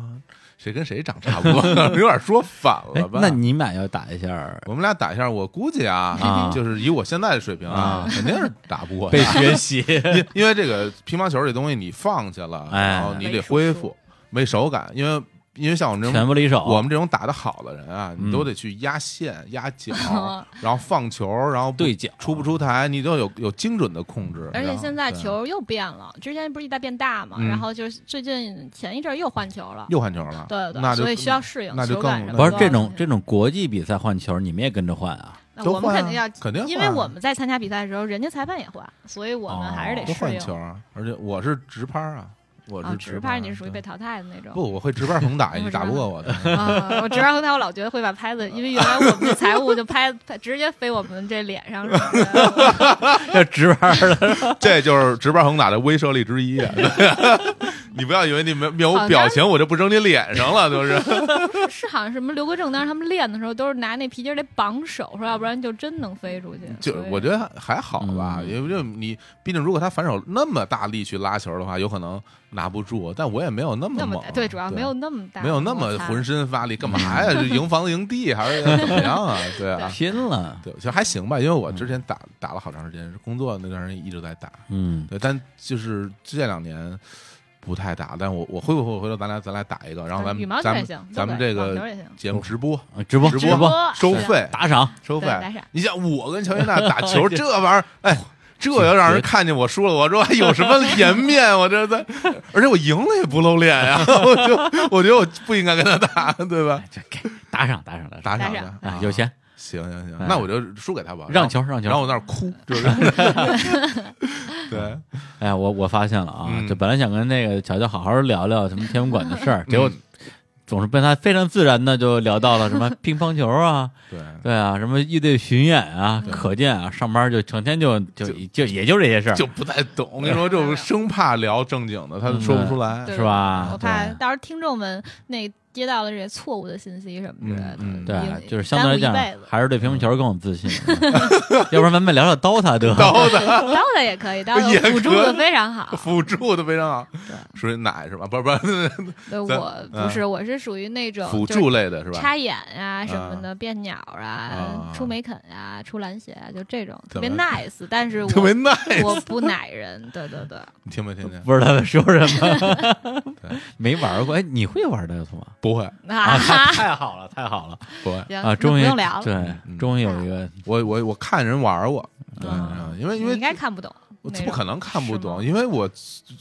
谁跟谁长差不多， 有点说反了
哎，
吧？
那你俩要打一 下，
我们俩打一下，我估计啊，
啊
就是以我现在的水平啊，
啊
肯定是打不过的
被。学习
因因为这个乒乓球这东西，你放下了，
哎
然后你得恢复，没手感。因为因为像我们 这
全
种
部离手。
我们这种打得好的人啊，你
嗯
都得去压线、压脚， 然后放球，然后不
对角
出不出台，你都有有精准的控制。
而
然
且
后
现在
对
球又变了，之前不是一代变大嘛，
嗯
然后就是最近前一阵儿又换球了。
又换球了，
对对
那
对，
就嗯
所以需要适应
那就
球感
更
什么
不
的
是
都
这
要
种
适
这
应
种国际比赛换球，你们也跟着换 啊？
那
都
我们
换啊
肯定要
肯定
因
换
为
啊
我们在参加比赛的时候，人家裁判也换，所以我们还
哦
是得
都
适
换
应。
球啊！而且我是直拍啊，我
啊
是，
直
拍，
拍你是属于被淘汰的那
对
种。
不，我会直拍横打，
我
你
知
打
道
不过我的。
啊，我直拍横拍，我老觉得会把拍子，因为原来我们的财务就拍拍直接飞我们这脸上什么的。
要直拍的，
这就是直拍横打的威慑力之一啊。 对啊你不要以为你没没有表情，我就不扔你脸上了，都是。
是是好像什么刘国正当时他们练的时候，都是拿那皮筋儿得绑手，说要不然就真能飞出去。
就
所以
我觉得还好吧，
嗯
因为就你，毕竟如果他反手那么大力去拉球的话，有可能拿不住。但我也没有那么
那么
猛
大，对，主要没有那么大，
没有那么浑。身发力，干嘛呀？就赢房赢地还是怎么样 啊？对啊，
拼了。
对，其实还行吧，因为我之前打打了好长时间，是工作那段时间一直在打，
嗯，
对，但就是这两年不太打，但我我会不会回头咱俩咱俩打一个，然后咱
嗯羽
们
毛球
咱
也
们
行，
咱们
对
这
网
个
球也行，
节目直播
啊直播
直
直播
播
收
是啊
费
打赏，
收
对
费
打赏，
你像我跟乔伊娜打 球这玩意儿，哎。这要让人看见我输了，我说还哎有什么颜面？我这在，而且我赢了也不露脸呀、 我就我觉得我不应该跟他打，对吧？
哎这给打赏打赏打赏
打赏
打
的
赏
啊！有钱
行行行，
哎
那我就输给他吧，
让球让球
啊然后我在那儿哭，就是 对，
哎呀，我我发现了啊，
嗯
这本来想跟那个乔乔好好聊聊什么天文馆的事 儿，结果
嗯
总是被他非常自然的就聊到了什么乒乓球啊，
对，
对啊，什么乐队巡演啊，可见啊，上班就成天就就
就
就也就这些事儿，
就不太懂。我跟你说，就生怕聊正经的，他说
嗯
不出来。
对
是
啊
吧
我怕
对
到时候听众们那接到了这些错误的信息什么之类的，
嗯嗯
对，
也
就是相对来
耽误一辈
讲
子
还是对乒乓球更有自 信，嗯要不然咱们聊聊 DOTA 得了，
刀的
刀的也可以，刀
也可
的
以
辅助的非 常好。
辅助的非常好，属于奶是吧？不是不是，
对，
咱嗯
我不是，我是属于那种
辅
就是
助类的是吧？嗯
插眼啊什么的，变鸟啊
啊，
出梅肯啊，出蓝鞋啊，就这种特
怎
别
么
nice，但是我
特别 nice，啊
我不奶人，对对对，
你听没听见？
不知道他在说什么
对，
没玩过，哎，你会玩这个吗？
不会
啊，
啊，
太太好了，太好了
不会，
行，
啊！
那
终于
不用聊了，
嗯
对，终于有一个
我我我看人玩过，对，
嗯
嗯因为因
你应
为
该看不懂
我
那种，
不可能看不
是吗
懂，因为我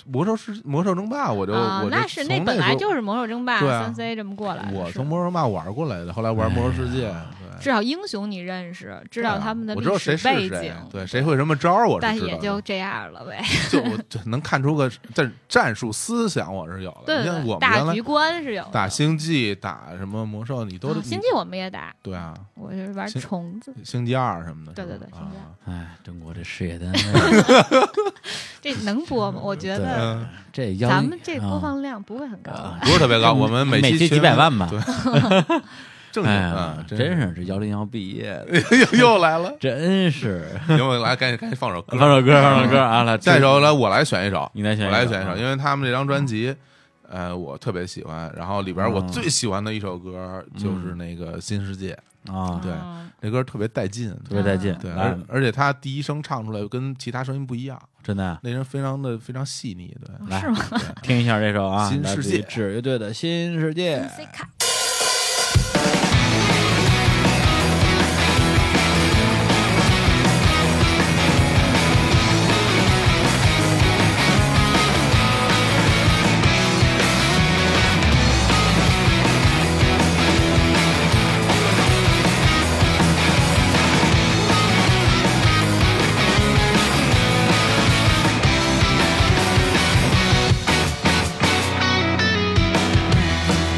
魔兽世魔兽争霸，我就
啊
我，
那
就是从
那
那
本来
时候
就是魔兽争霸
对啊
三 C 这么过来的，
我
是
从魔兽争霸玩过来的，后来玩魔兽世界，对。
至少英雄你认识，知
对
道
啊
他们的
我
历
知道
史
谁
背
是
景
谁，，对，谁会什么招儿，我是
但
知
也
道
就
的
这样了呗。
就我就能看出个战战术思想，我是有的。
对
你像
对
我
对，
们原
大
来
局观是有的。
打星际、打什么魔兽，你都
啊星际我们也打，
对啊，
我就是玩
星
虫子。
星际二什么的，
对对
是吧
对星际二
啊
哎，中国这事业 单位，
这能播吗？我觉得
嗯，
这要
咱们这播
啊
放量不会很高
啊
的。
不是特别高，我们
每
期
期
群
几百万吧
对，正经
哎
啊
呀，，真是这幺零幺毕业的，
是又 又来了，
真是
行，我来赶紧赶紧放首歌
放，首歌，放首歌啊！来，
下一首来我来选一首，
你来选一
我
首
来选一首，
嗯
因为他们这张专辑，呃，我特别喜欢，然后里边我
嗯
最喜欢的一首歌就是那个《新世界》，
啊，
对
嗯
那歌特别带劲，
特别带劲，
对，嗯
来
而而且他第一声唱出来跟其他声音不一样，
真的啊
那人非常的非常细 腻，对，
来
哦是吗？
听一下这首啊，
新
来
世
自于
界
纸乐队的《新世界》。
谁看？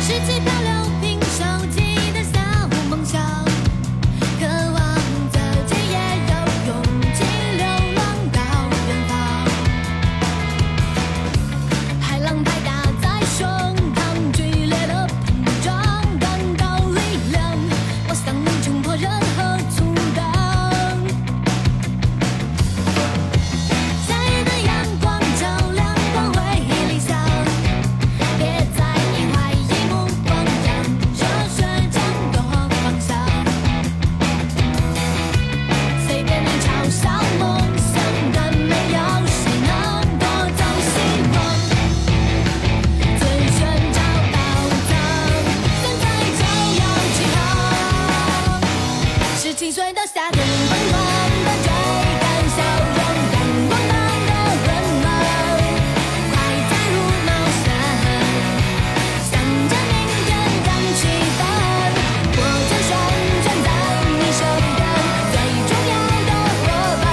十七漂流瓶手机的散户梦想，渴望自己也有勇气流浪到远方。海浪拍打在胸膛，剧烈的膨胀，感到力量。我想冲破任何阻挡。夏日的阳光照亮光辉理想。别再以怀疑目光让热血争夺方向，随便你嘲笑梦想，但没有谁能夺走希望。自寻找宝藏，站在朝阳起航。十七岁的夏天，疯狂的追赶笑容，阳光般的温暖。快加入冒险，向着明天燃起帆，握着双船在你手边，最重要的伙伴，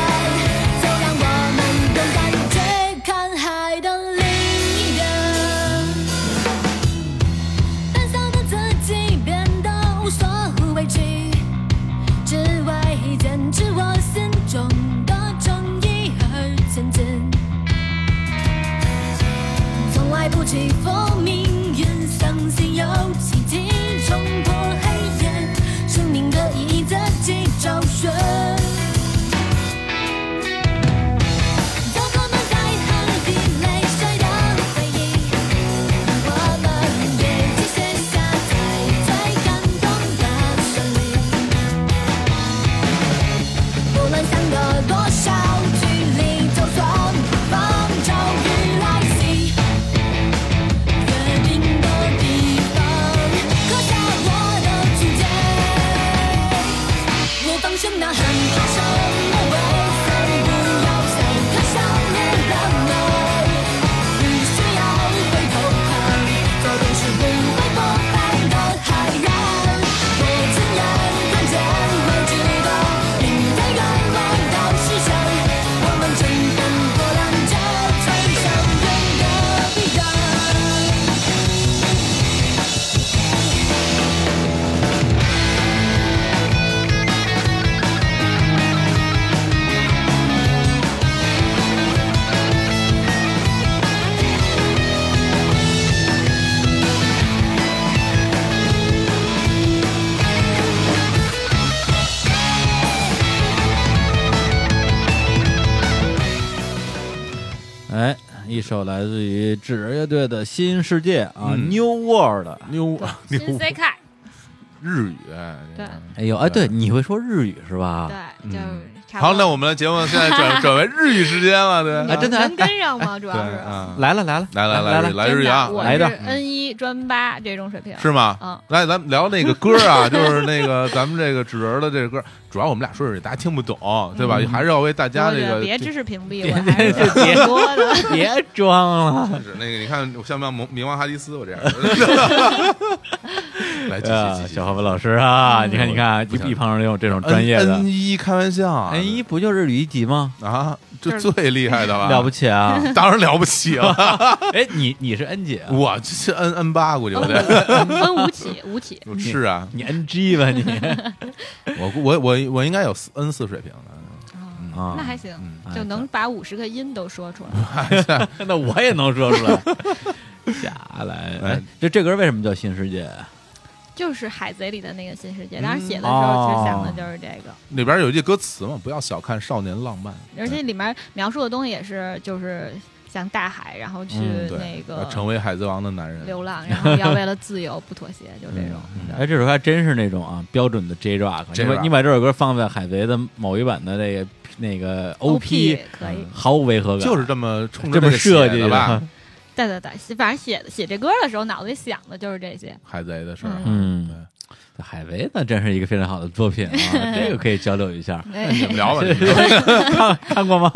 就让我们勇敢去看海的另一边。胆小的自己变得无所畏惧，只为坚持我心中的正义而前进。从来不祈福命运，相信有奇迹，冲破黑夜，生命的意义自己找寻。有我们在汗滴泪水的回忆，我们也只写下最最感动的旋律。无论相隔多少距离，就算不放，终于来袭。约定的地方，刻下我的句点。我放声呐喊，大声的微笑，不要想太少年浪漫，不需要回头看，左边是不会破败的海洋。我亲眼看见未知
哎一首来自于纸人乐队的《新世界》啊，New
嗯
World》。
妞
新
妞
C 开，
日语，
对
哎呦，哎，对，你会说日语是吧？
对，就差不
啊嗯好，那
多。
我们的节目现在转 转为日语时间了，对
哎真的
能跟上吗？主
对
要是
啊，
来了，来了，
来来
来
来
来
来日语啊，
我
来
是
的
N 一专八这种水 平，
是吗？
嗯，
来，咱们聊那个歌啊， 就是那个咱们这个纸人的这个歌，主要我们俩说日语，大家听不懂，对吧？
嗯
还是要为大家
我
这
觉得
个
别知识屏蔽，我
别
还是
别别
挺多 的。
别装了。
是那个，你看我像不像冥冥王哈迪斯？我这样， 来哎继续
呃，
继续，
小何文老师啊，
嗯
你看，你看，
不想
一一旁人有这种专业的
N 一开玩笑
哎
啊
，N 一不就是日语一级吗？
啊，这最厉害的吧？
了不起啊！
当然了不起了，
哎，你你是 N 姐啊，
我这是 N N 八估计我得
嗯分五起，五起，
是啊，
你 NG 吧 你
我估我我我应该有 N 四水平的，
啊
那还行，
嗯
哎
就能把五十个音都说出来。
嗯
那我也能说 出来。下来，哎
哎，
这这歌为什么叫新世界？
就是《海贼》里的那个新世界，
嗯
当时写的时候其实想
哦
的就是这个，
里边有一句歌词嘛，不要小看少年浪漫，
而且里面描述的东西也是就是像大海，然后去
嗯
那
对，要
个
成为海贼王的男人，
流浪，然后要为了自由不妥协，就这种。
嗯
哎，这首歌还真是那种啊，标准的 J Rock。你把
J-Rock
你把这首歌放在海贼的某一版的那个那个 OP，
可以，
毫无违和感，
就是这么冲着
这么
个写
设计
的吧？
对对对，写反正写写这歌的时候，脑子里想的就是这些。
海贼的事儿，
嗯，海贼呢，真是一个非常好的作品啊，这个可以交流一下。
你们聊吧。你们
看 看过吗？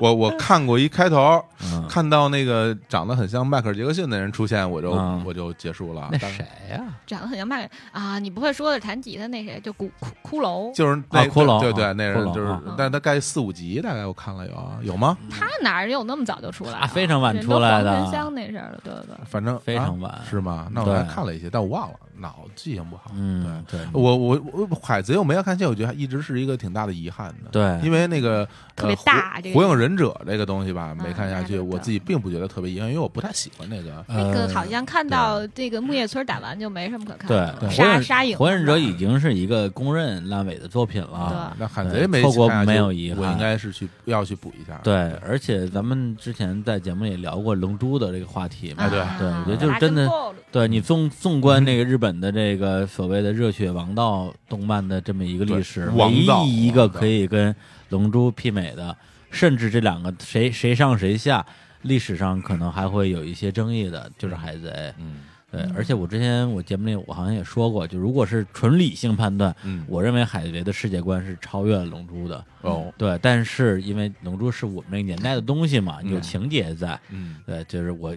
我我看过一开头，
嗯
看到那个长得很像迈克尔·杰克逊的人出现，我就
嗯
我就结束了
那。
当
谁呀？
长得很像麦啊，你不会说的弹吉他那谁，就骷骷骷髅，
就是那
啊骷髅
对
啊
对，那人
骷髅嗯
就是
啊，
但大概四五集，大概我看了有有吗？
他哪有那么早就出来啊？
他非常晚出来的
人都黄沉香那事儿了，对对对。
反正
非常晚
啊是吗？那我还
对
看了一些，但我忘了，脑记性不好。
嗯，对
我我我海贼我没看见，我觉得一直是一个挺大的遗憾的。
对
因为那个
特别
呃
大
火
这个嗯
火影忍者》这个东西吧，没看下去，
那个
我自己并不觉得特别遗憾，因为我不太喜欢那个。
那个好
呃
像看到这个木叶村打完就没什么可看
对
的，
火
了，杀
影
杀影
火影忍者
嘛
已经啊是一个公认烂尾的作品了。
那海
对
贼没
错过
看下去
没有遗
我
憾
应该是去要去补一下。
对，而且咱们之前在节目里聊过《龙珠》的这个话题嘛
哎，对
啊
对我觉得就是真的
打更够了
对你纵纵观
嗯
那个日本的这个所谓的热血王道动漫的这么一个历史，唯
对王道
一一个
王道
可以跟《龙珠》媲美的，甚至这两个谁谁上谁下，历史上可能还会有一些争议的，就是《海贼》。
嗯
对，而且我之前我节目里我好像也说过，就如果是纯理性判断，
嗯，
我认为海贼的世界观是超越了龙珠的。
哦，
对，但是因为龙珠是我们那个年代的东西嘛，有情节在，
嗯，
对，就是我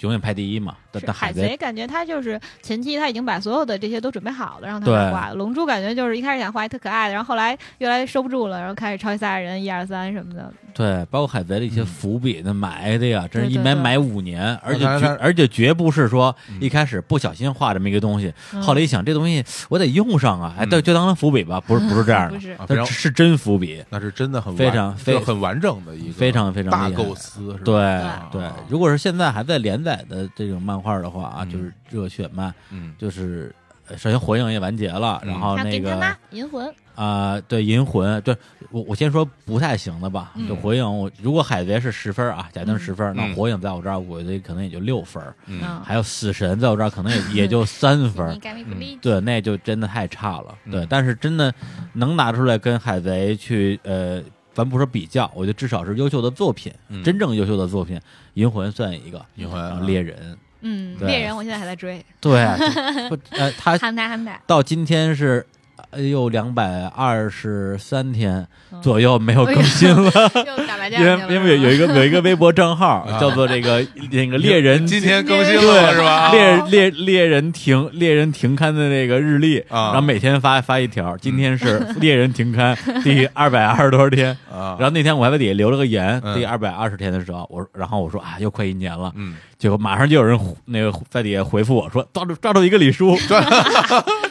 永远排第一嘛。但
是
但
海
贼
贼感觉他就是前期他已经把所有的这些都准备好了，让他来
对
画。龙珠感觉就是一开始想画一特可爱的，然后后来越来越收不住了，然后开始超级赛亚人一二三什么的。
对，包括海贼的一些伏笔那埋的呀，真是一埋
嗯对对对
埋五年，而且
那
绝
他
而且绝不是说
嗯
一开始不小心画这么一个东西，
嗯
后来一想这东西我得用上啊，哎，
嗯
对，就当成伏笔吧，不 是不是这样的，
嗯不是
啊非
它
常
是真伏笔，
那是真的很
非
完
常
就
非
很完整的一个
非常非常
大
厉害
构思，是吧？
对
啊
对，如果是现在还在连载的这种漫画的话啊，
嗯
就是热血漫，
嗯，就是
是呃首先火影也完结了，
嗯
然后
那
那
给
个
他妈银魂，
啊、对银魂，对我我先说不太行的吧，
嗯
就火影，我如果海贼是十分啊，假定十分，
嗯
那火影在我这儿我觉得可能也就六分，
嗯
还有死神在我这儿可能也也就三分
你。敢没
嗯
believe？
对，那就真的太差了。对，
嗯
但是真的能拿出来跟海贼去，呃，咱不说比较，我觉得至少是优秀的作品，
嗯
真正优秀的作品，《银魂》算一个，
银魂
然后
啊
猎人，
嗯，
对
猎人我现在还在追，
对，啊就不呃，他
憨呆憨呆。
到今天是哎呦两百二十三天
嗯哎
左右没有更新了，
又打麻
因
将去了
为 因为有有一个有一个微博账号
啊
叫做这个那个猎人
今天更新了
对
是吧？
猎猎猎人停猎人停刊的那个日历，
啊嗯
然后每天发发一条，今天 是猎人停刊第二百二十多少天。
啊，
然后那天我还在底下留了个言，
嗯
第二百二十天的时候，我然后我说啊，又快一年了，
嗯，
结果马上就有人回那个在底下回复我说抓住抓住一个李 叔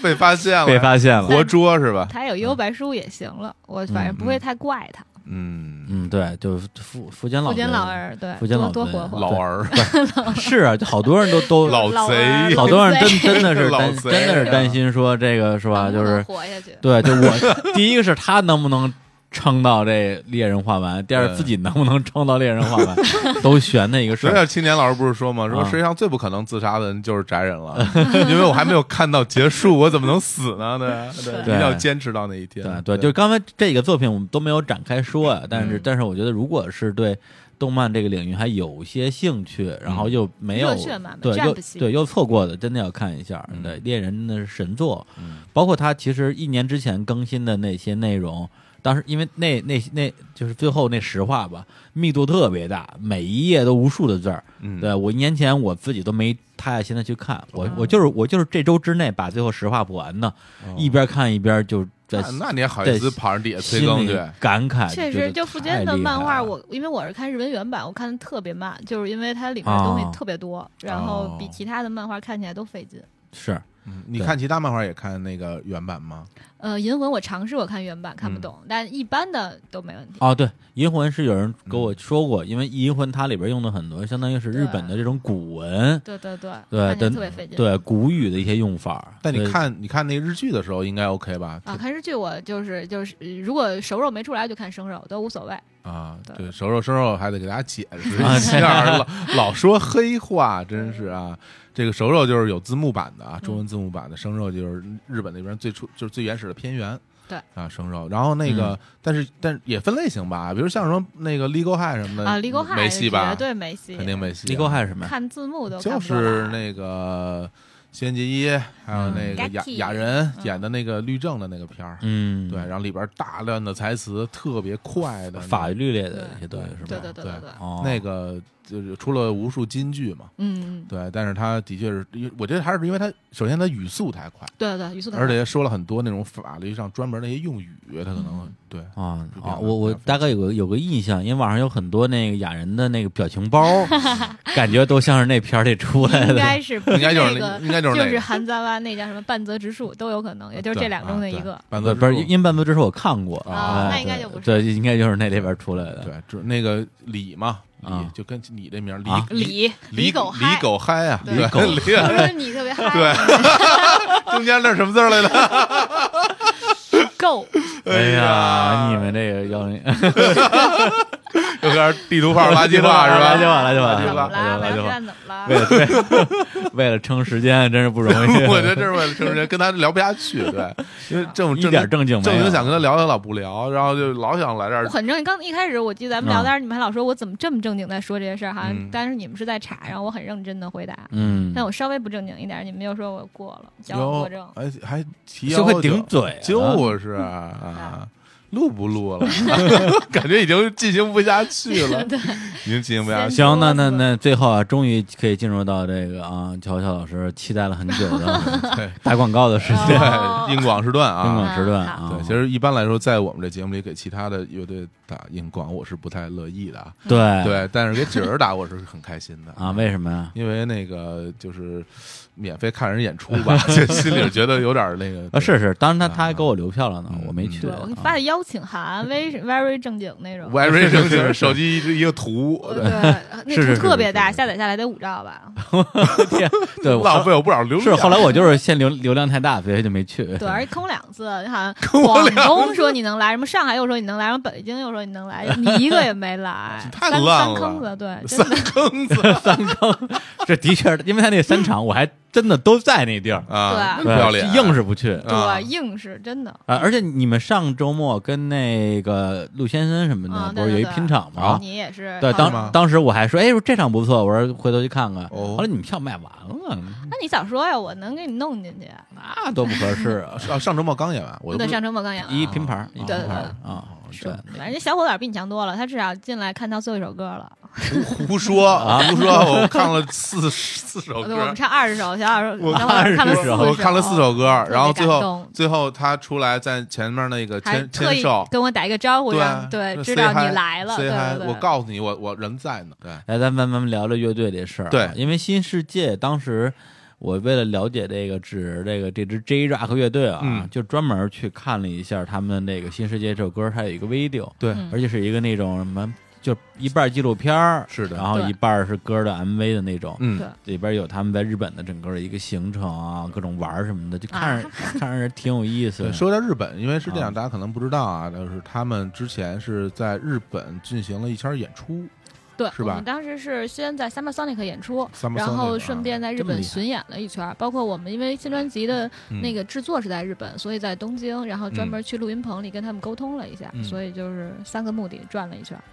被发现了，
被发现了，
活捉是吧？
他有
嗯
幽白书也行了，我反正不会太怪他。
嗯，
嗯，对，就是福福建老
福
人
建老儿对，
福建老
多多
人
活活。
老儿，
是啊，就好多人都都
老
老
贼
儿
好多人真真的是
老
担
贼啊
真的是担心说这个是吧？
能不
就
能
是
活下去。
对，就我第一个是他能不能撑到这猎人画完，第二
对
自己能不能撑到猎人画完，都悬的一个事
所
儿。
以青年老师不是说吗？说
啊
世界上最不可能自杀的人就是宅人了， 因为我还没有看到结束，我怎么能死呢？对，对一定要坚持到那一天。
对对，就是刚才这个作品我们都没有展开说啊，但是、
嗯
但是我觉得如果是对动漫这个领域还有些兴趣，然后又没有
热血嘛
对
战
又
不息
对又错过的，真的要看一下。
嗯
对，猎人真的是神作，包括他其实一年之前更新的那些内容。当时因为那那那就是最后那实话吧，密度特别大，每一页都无数的字儿。
嗯，
对我一年前我自己都没太爱心的去看，我
哦
我就是我就是这周之内把最后实话补完的，
哦啊
一边看一边就在
那那你还好意思
在
跑上底下催更
心
去
里？感慨，
确
哎觉
实，
得
就富坚
太
的
厉
漫
害
画，
了
我因为我是看日文原版，我看的特别慢，就是因为它里面的东
哦
西特别多，然后比
哦
其他的漫画看起来都费劲。
是
嗯你看其他漫画也看那个原版吗？
呃，银魂我尝试过看原版，
嗯
看不懂，但一般的都没问题。
哦，对，银魂是有人跟我说过，因为银魂它里边用的很多，相当于是日本的这种古文，
对对对，
对
看起来
但
特别费劲。
对古语的一些用法。
但你
对
看你看那日剧的时候应该 OK 吧？
啊，看日剧我就是就是，呃如果熟肉没出来就看生肉都无所谓。
啊，
对
对，熟肉生肉还得给大家解释
啊
一下，老老说黑话，真是啊。这个熟肉就是有字幕版的啊，
嗯
中文字幕版的生肉就是日本那边最初就是最原始的片源。
对
啊，生肉，然后那
嗯
个，但是但是也分类型吧，比如像什么那个 legal high 什
呃
么的
啊，立沟
没
海
戏
绝
吧？，
对没戏，
肯定没戏啊。
尼哥还是什么呀？
看字幕都看
就
不出来
是那个《仙剑一》，还有那个
嗯
雅
Gaki
雅人
嗯
演的那个律政的那个片儿，
嗯，
对，，然后里边大量的台词特别快的
法
律，
律类的一些东西是吧？
对对对
对
对，
哦，
那个就是出了无数金句嘛。
嗯，嗯
对，但是他的确是，因为我觉得还是因为他首先他语速太快，
对对，语速特别
而且说了很多那种法律上专门那些用语，他可能
嗯
对
啊
就比
啊！
较
我我
比较
大概有个有个印象，因为网上有很多那个雅人的那个表情包， 感觉都像是那片儿里出来
应
的。
该是不
应该就是
那
那
个，
应该就是
就
那
是
个啊
韩杂湾那叫什么半泽直树都有可能，也就是这两中的一个。嗯
半
不
泽
是不是，
直树
因为半泽之是我看过
啊
哎
哦那应该
对
就不是
对，应该就是那里边出来的。
对，就是那个李嘛，李
啊
就跟你这名儿
啊
李
李
李
狗
李
嗨，
狗嗨啊，
对
对
狗
李
是不是你特别嗨？
对，中间那是什么字儿来着？
够
哎
哎呀
呀，你们这个 幺零
有点地图炮垃圾话是
垃圾
吧？
话，垃圾话，
怎
对
么
吧
垃
啦？来
圾
吃
话。
饭怎么啦
为？了为为了撑时间，真是不容 易。
我觉得这是为了成人跟他聊不下去， 对，因为这种
一点正经没有
正经想跟他聊聊老不聊，然后就老想来这
我
儿。
很正经，刚一开始我记得咱们聊，但是你们还老说我怎么这么正经在说这些事儿，好
嗯
像但是你们是在查，然后我很认真的回答，
嗯，
但我稍微不正经一点，你们又说我过了，矫枉
哟
过正，
还哎还提
就
要
会
求
顶嘴，
就是啊，录不录了？感觉已经进行不下去了，已经进行不下去。
行，那那那最后啊，终于可以进入到这个啊，乔乔老师期待了很久 的
对
打广告的时间，
对
英
哦，
硬广时 段啊。
广时段
好
啊
对，，其实一般来说，在我们这节目里给其他的乐队打硬广，我是不太乐意的啊。
对
对，但是给纸儿打我是很开心的
啊，为什么呀？
因为那个就是免费看人演出吧， 就心里觉得有点那个
啊，是是，当时他他还
啊
给我留票了呢
嗯，
我没去
对
啊。
我给你发的邀请函，very very 正经那种。
very 正经，手机一一个图，
对，
对
那
是是
图
是
特别
是
大，
是
下载下来得五兆吧。
天， 对，我
浪费我不啊少流量。
是后来我就是嫌流流量太大，所以就没去。
对，而且坑我两次，好像
我
广
两，
东说你能来，什么上海又说你能来，什么北京又说你能来，你一个也没来
太
三
烂
三坑
了
子，对，真
三
的
坑子
这的确是，因为他那三场我还真的都在那地儿，
啊，
对
那不要脸，
硬是不去。
啊
对，硬是真的。
啊，而且你们上周末跟那个陆先生什么的，
啊，
不
对
是有
对
一
对
拼场吗？
你也是
对，
好
是吗
当当时我还说，哎，这场不错，我说回头去看看。
哦
后来你们票卖完了，
那你早说呀，我能给你弄进去。
那多不合适 啊！
啊，上周末刚演完，我都
对，
不
上周末刚演完
一 拼盘儿，一
对
拼
对
盘儿啊，是
反正这小伙子比你强多了，他至少进来看到最后一首歌了。
胡说
啊
胡说，我看了四四首
我们
歌。
唱二十首，小小
哦我
小伙子看了四
20首
我看了四首歌，
特别
然后最
感
后
动
最后他出来在前面那个
还
签
特
签
意
售，
跟我打一个招呼，
对
让对
那
知
say
道你
hi，
来了。
say
对
hi，
对对，
我告诉你，我我人在呢。对，
来，咱们咱们聊聊乐队这事儿啊。
对
因为新世界当时我为了了解这个指这个这支 J Rock 乐队啊，
嗯
就专门
嗯
去看了一下他们那个新世界这首歌，它有一个 video，
对
而且是一个那种什么就一半纪录片儿，
是的
然后
对
一半是歌的 MV 的那种，
嗯
对，
里边有他们在日本的整个的一个行程啊，各种玩儿什么的，就看着、
啊
看着挺有意思
对
的。
说到日本，因为是这样，
啊
大家可能不知道啊，就是他们之前是在日本进行了一圈演出，
对，
是吧
我们当时是先在 Summer Sonic 演出
Summer
然
Sonic，啊
后顺便在日
这么
本
厉害
巡演了一圈儿，包括我们因为新专辑的
嗯
那个制作是在日本，所以在东京，然后专门去录音棚里跟他们沟通了一下，
嗯
所以就是三个目的转了一圈儿，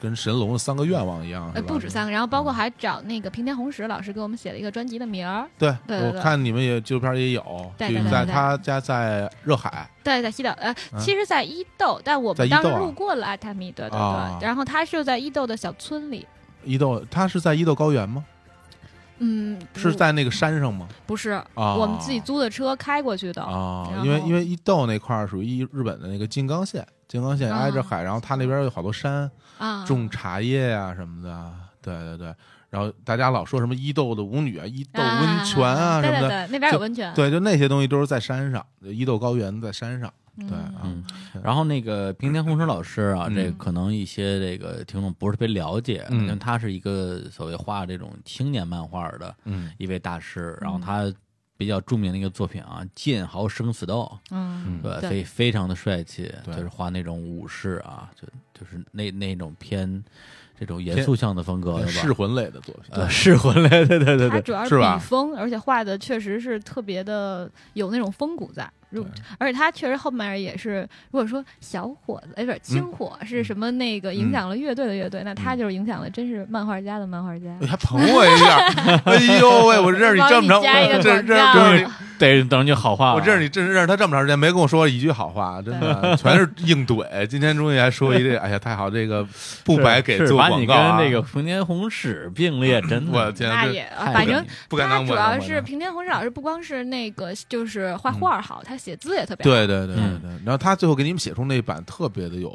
跟神龙的三个愿望一样，
呃，
是吧嗯
不止三个，然后包括还找那个平田宏史老师给我们写了一个专辑的名儿，
对，
对对
我
对
看你们也纪录片也有，
对
就
对
是
对
在
对
他家在热海，
对，在西岛，呃，
嗯
其实，在伊豆，但我
在伊
们当时
豆啊
路过了阿塔米，对对对，
啊
然后他是在伊豆的小村里，
伊豆，他是在伊豆高原吗？
嗯，
是
不
在那个山上吗？
不是、
啊
我们自己租的车开过去的，
啊，
然后
因为因为伊豆那块儿属于一日本的那个静冈县，静冈县
啊
挨着海，然后它那边有好多山，
啊，
种茶叶啊什么的，对对对。然后大家老说什么伊豆的舞女啊、伊豆温泉啊什么
对对
的，
对，那边有温泉，
对，就那些东西都是在山上，就伊豆高原在山上，对啊
嗯，然后那个平田宏生老师啊，
嗯
这可能一些这个听众不是特别了解，
嗯
因为他是一个所谓画这种青年漫画的
嗯
一位大师，
嗯
然后他比较著名的一个作品啊，《剑豪生死斗》，
嗯，
对，
对
非非常的帅气，
对
就是画那种武士啊，就就是那那种偏这种严肃向的风格，是
嗯噬
吧？
魂类的作品，
呃，噬魂类，对对对
它
对
主
对，
要
是吧
笔锋，而且画的确实是特别的有那种风骨在。如
对
而且他确实后面也是，如果说小伙子，哎，不是轻火是什么那个影响了乐队的乐队，那他就是影响了真是漫画家的漫画家
哎你。还捧我 一下，哎呦喂，我认识你这么长，
帮你加一个
我这
广
这
告
这
终于得等你好话了，
我认识你，啊真是认识他这么长时间，没跟我说一句好话，真 的全是硬怼。今天终于还说一句，哎呀，太好，这个不白给
是
做
把你
广告
跟
啊！
那个冯天红史并 列，真的，
我天，
那
这
也
太
反
不
正
容易
不敢
他
当，不
主
敢当不
要
敢
是
当
平田宏志老师，不光是那个就是画画好，他写字也特别好，
对对对
嗯
对对。然后他最后给你们写出那版特别的有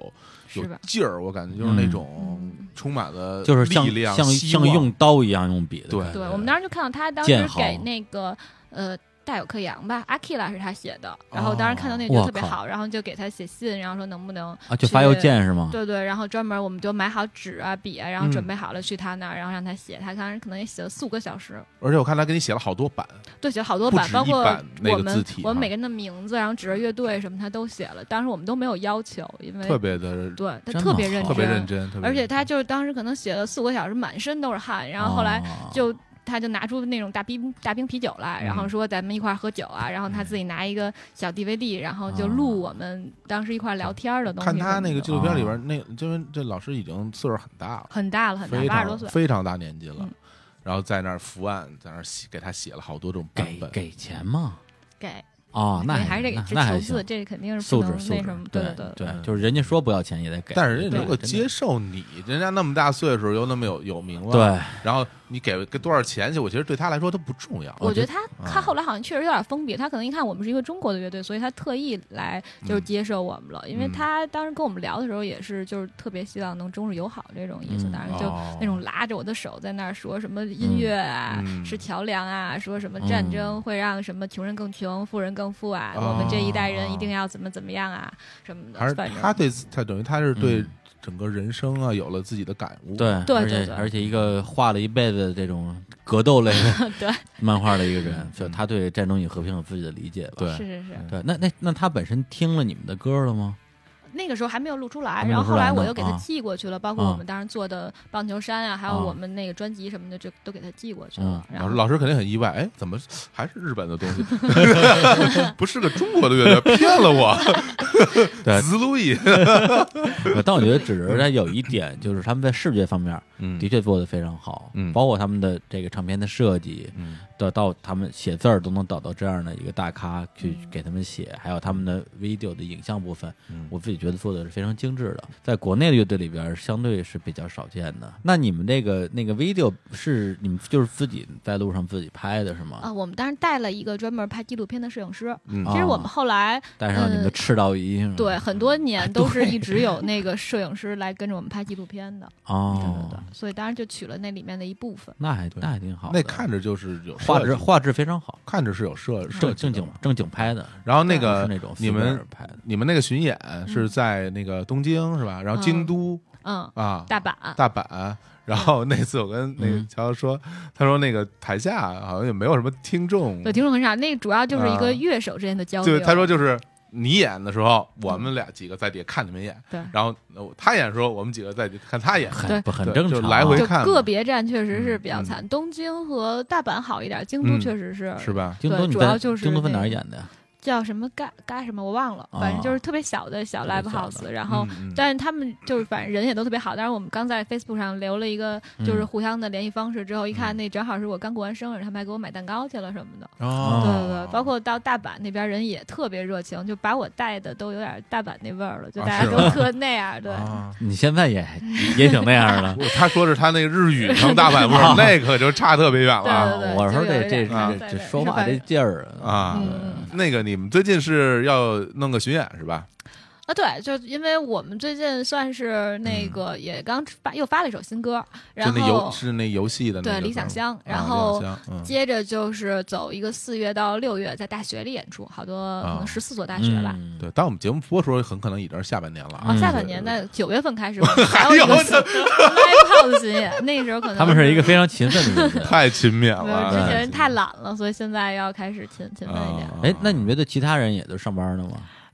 有
是吧？
劲儿，我感觉就是那
嗯
种充满了
就是像
力量、
像
希望
像用刀一样用笔的，
对
对，我们当时就看到他当
剑
时
豪
给那个呃大有克洋吧，阿 k 拉是他写的，然后当时看到那个
哦
觉得特别
我靠
好，然后就给他写信，然后说能不能
啊，就发邮件是吗？
对对，然后专门我们就买好纸啊、笔啊，然后
嗯
准备好了去他那儿，然后让他写。他当时可能也写了四五个小时，
而且我看他给你写了好多版，
对，写了好多
不
版，
止
包
一
括
版那
我
个
们
字体
我们
哈嗯
每个人的名字，然后指着乐队什么，他都写了。当时我们都没有要求，因为
特别的
对他
真
特
的
别
好
认真，
特别认真，特别
啊而且
认真
他就是当时可能写了四五个小时，满身都是汗，然后后来
哦
就。他就拿出那种大冰大冰啤酒来，然后
嗯
说咱们一块儿喝酒啊，然后他自己拿一个小 DVD，然后就录我们当时一块儿聊天儿的东西什
看
么的。
他那个纪录片里
啊
边，那因为这老师已经岁数很大了。
很大了，很大，
非
八十多
常
岁。
非常大年纪了，
嗯
然后在那儿伏案，在那儿写给他写了好多种版
给
本，
给钱吗？
给，
哦，那
对还是得给
那
支
那还
求字，
行，
这肯定是
素
不
质
能
素
那
质
什么，，对
对
对。
对
就是人家说不要钱也得给，
但是人家
对
能够
真的
接啊受你，人家那么大岁数又那么有有名望，，
对，
然后你给给多少钱去，我其实对他来说都不重要，
我觉
得
得他他后来好像确实有点封闭，他可能一看我们是一个中国的乐队，所以他特意来就是接受我们了，因为
嗯
他当时跟我们聊的时候也是就是特别希望能中日友好这种意思，
嗯
当然就
哦
那种拉着我的手在那儿说什么音乐啊
嗯
是桥梁啊，说什么战争会让什么穷人更穷，富人更富啊，我们这一代人一定要怎么怎么样啊什么
还
的，
是
反正
他对自他等于他是对
嗯
整个人生啊有了自己的感悟，
对，
对
而
对
且
对
而且一个画了一辈子这种格斗类的
对
漫画的一个人，就
嗯
他对战争与和平有自己的理解吧。
对
是是是。
对，那那那他本身听了你们的歌了吗？
那个时候还没有录出来
还，没
然
有
后
录出
后
来
来
呢
我又给他
啊
寄过去了，包括
啊
我们当时做的棒球衫啊，还有
啊
我们那个专辑什么的，就都给他寄过去了。
嗯
然
老
后
师，老师肯定很意外，哎，怎么还是日本的东 西？ 不是个中国的乐队，骗了我。
对
子路易，
呃但我觉得只是在有一点，就是他们在视觉方面
嗯
的确做得非常好，
嗯
包括他们的这个唱片的设计，
嗯
到到他们写字儿都能找到这样的一个大咖去
嗯
给他们写，还有他们的 video 的影像部分，
嗯
我自己觉得做的是非常精致的，在国内的乐队里边儿相对是比较少见的。那你们这个那个 video 是你们就是自己在路上自己拍的是吗？
啊，我们当时带了一个专门拍纪录片的摄影师。
嗯
啊
其实我们后来
带上你们的
嗯
赤道仪是吗？
对很多年都是一直有那个摄影师来跟着我们拍纪录片的，对对
哦，
对，所以当然就取了那里面的一部分。
那还那还挺好的，
那看着就是有
画质
设计，
画质非常好，
看着是有设设
正正
计的
经
嘛。
正经拍的，
然后那
不
个
是那种
你
随便
们
拍的。嗯
你们那个巡演是在那个东京是吧？然后京都、
嗯，
啊，
大阪，
大阪。然后那次我跟那个
嗯
乔乔说，他说那个台下好像也没有什么听众
对，，听众很少，那主要就是一
嗯啊
个乐手之间的交
就
流。
是他说就是你演的时候，我
嗯
们俩几个在底下看你们演，
对
然后呃他演的时候，我们几个在底下看他演，
很
对
不很
对
正
就
常啊，
来回
就
看
个
嘛
别站确实是
嗯
比较
嗯
惨，东京和大阪好一点，京
嗯
都确实是
是吧？
京
对
东你
主要
在
就是
京东在哪
那
儿
个
演的呀？
叫什么嘎嘎什么我忘了，反
啊
正就是特别小的小
特别
live
小的
house，然后。
嗯嗯
但是他们就是反正人也都特别好，但是我们刚在 Facebook 上留了一个就是
嗯
互相的联系方式，之后
嗯
一看那正好是我刚过完生日，他们还给我买蛋糕去了什么的。
哦
对对对，包括到大阪那边人也特别热情，就把我带的都有点大阪那味儿了，就
啊
大家
是
都
吗
特那样。对，
啊，
你现在 也也挺那样的
我他说是他那个日语成大阪味儿，那可就差特别远了
啊
啊
对对对
我
就
说
有
这
一
这
点啊
这
对
这
对
说
是
话
反
这
正
劲儿
啊
嗯。嗯
那个你们最近是要弄个巡演是吧？
啊，对，就因为我们最近算是那
嗯
个也刚发又发了一首新歌，
就
然
那游
后
是那游戏的那
对
个
理想
是吧
乡，然
啊
后
理想乡嗯
接着就是走一个四月到六月在大学里演出，好多可
啊
能十四所大学吧。
嗯
对，当我们节目播的时候，很可能已经是下半年了啊
哦，
嗯。
下半年那九月份 开始，我们还有一个
还有
live house 巡演，那时候可 能
他们 是一个非常勤奋的
啊
人。
太勤勉
没有
了，
之前太懒了，所以现在要开始勤勤奋一点。
啊
哎，那你们的其他人也都上班呢吗？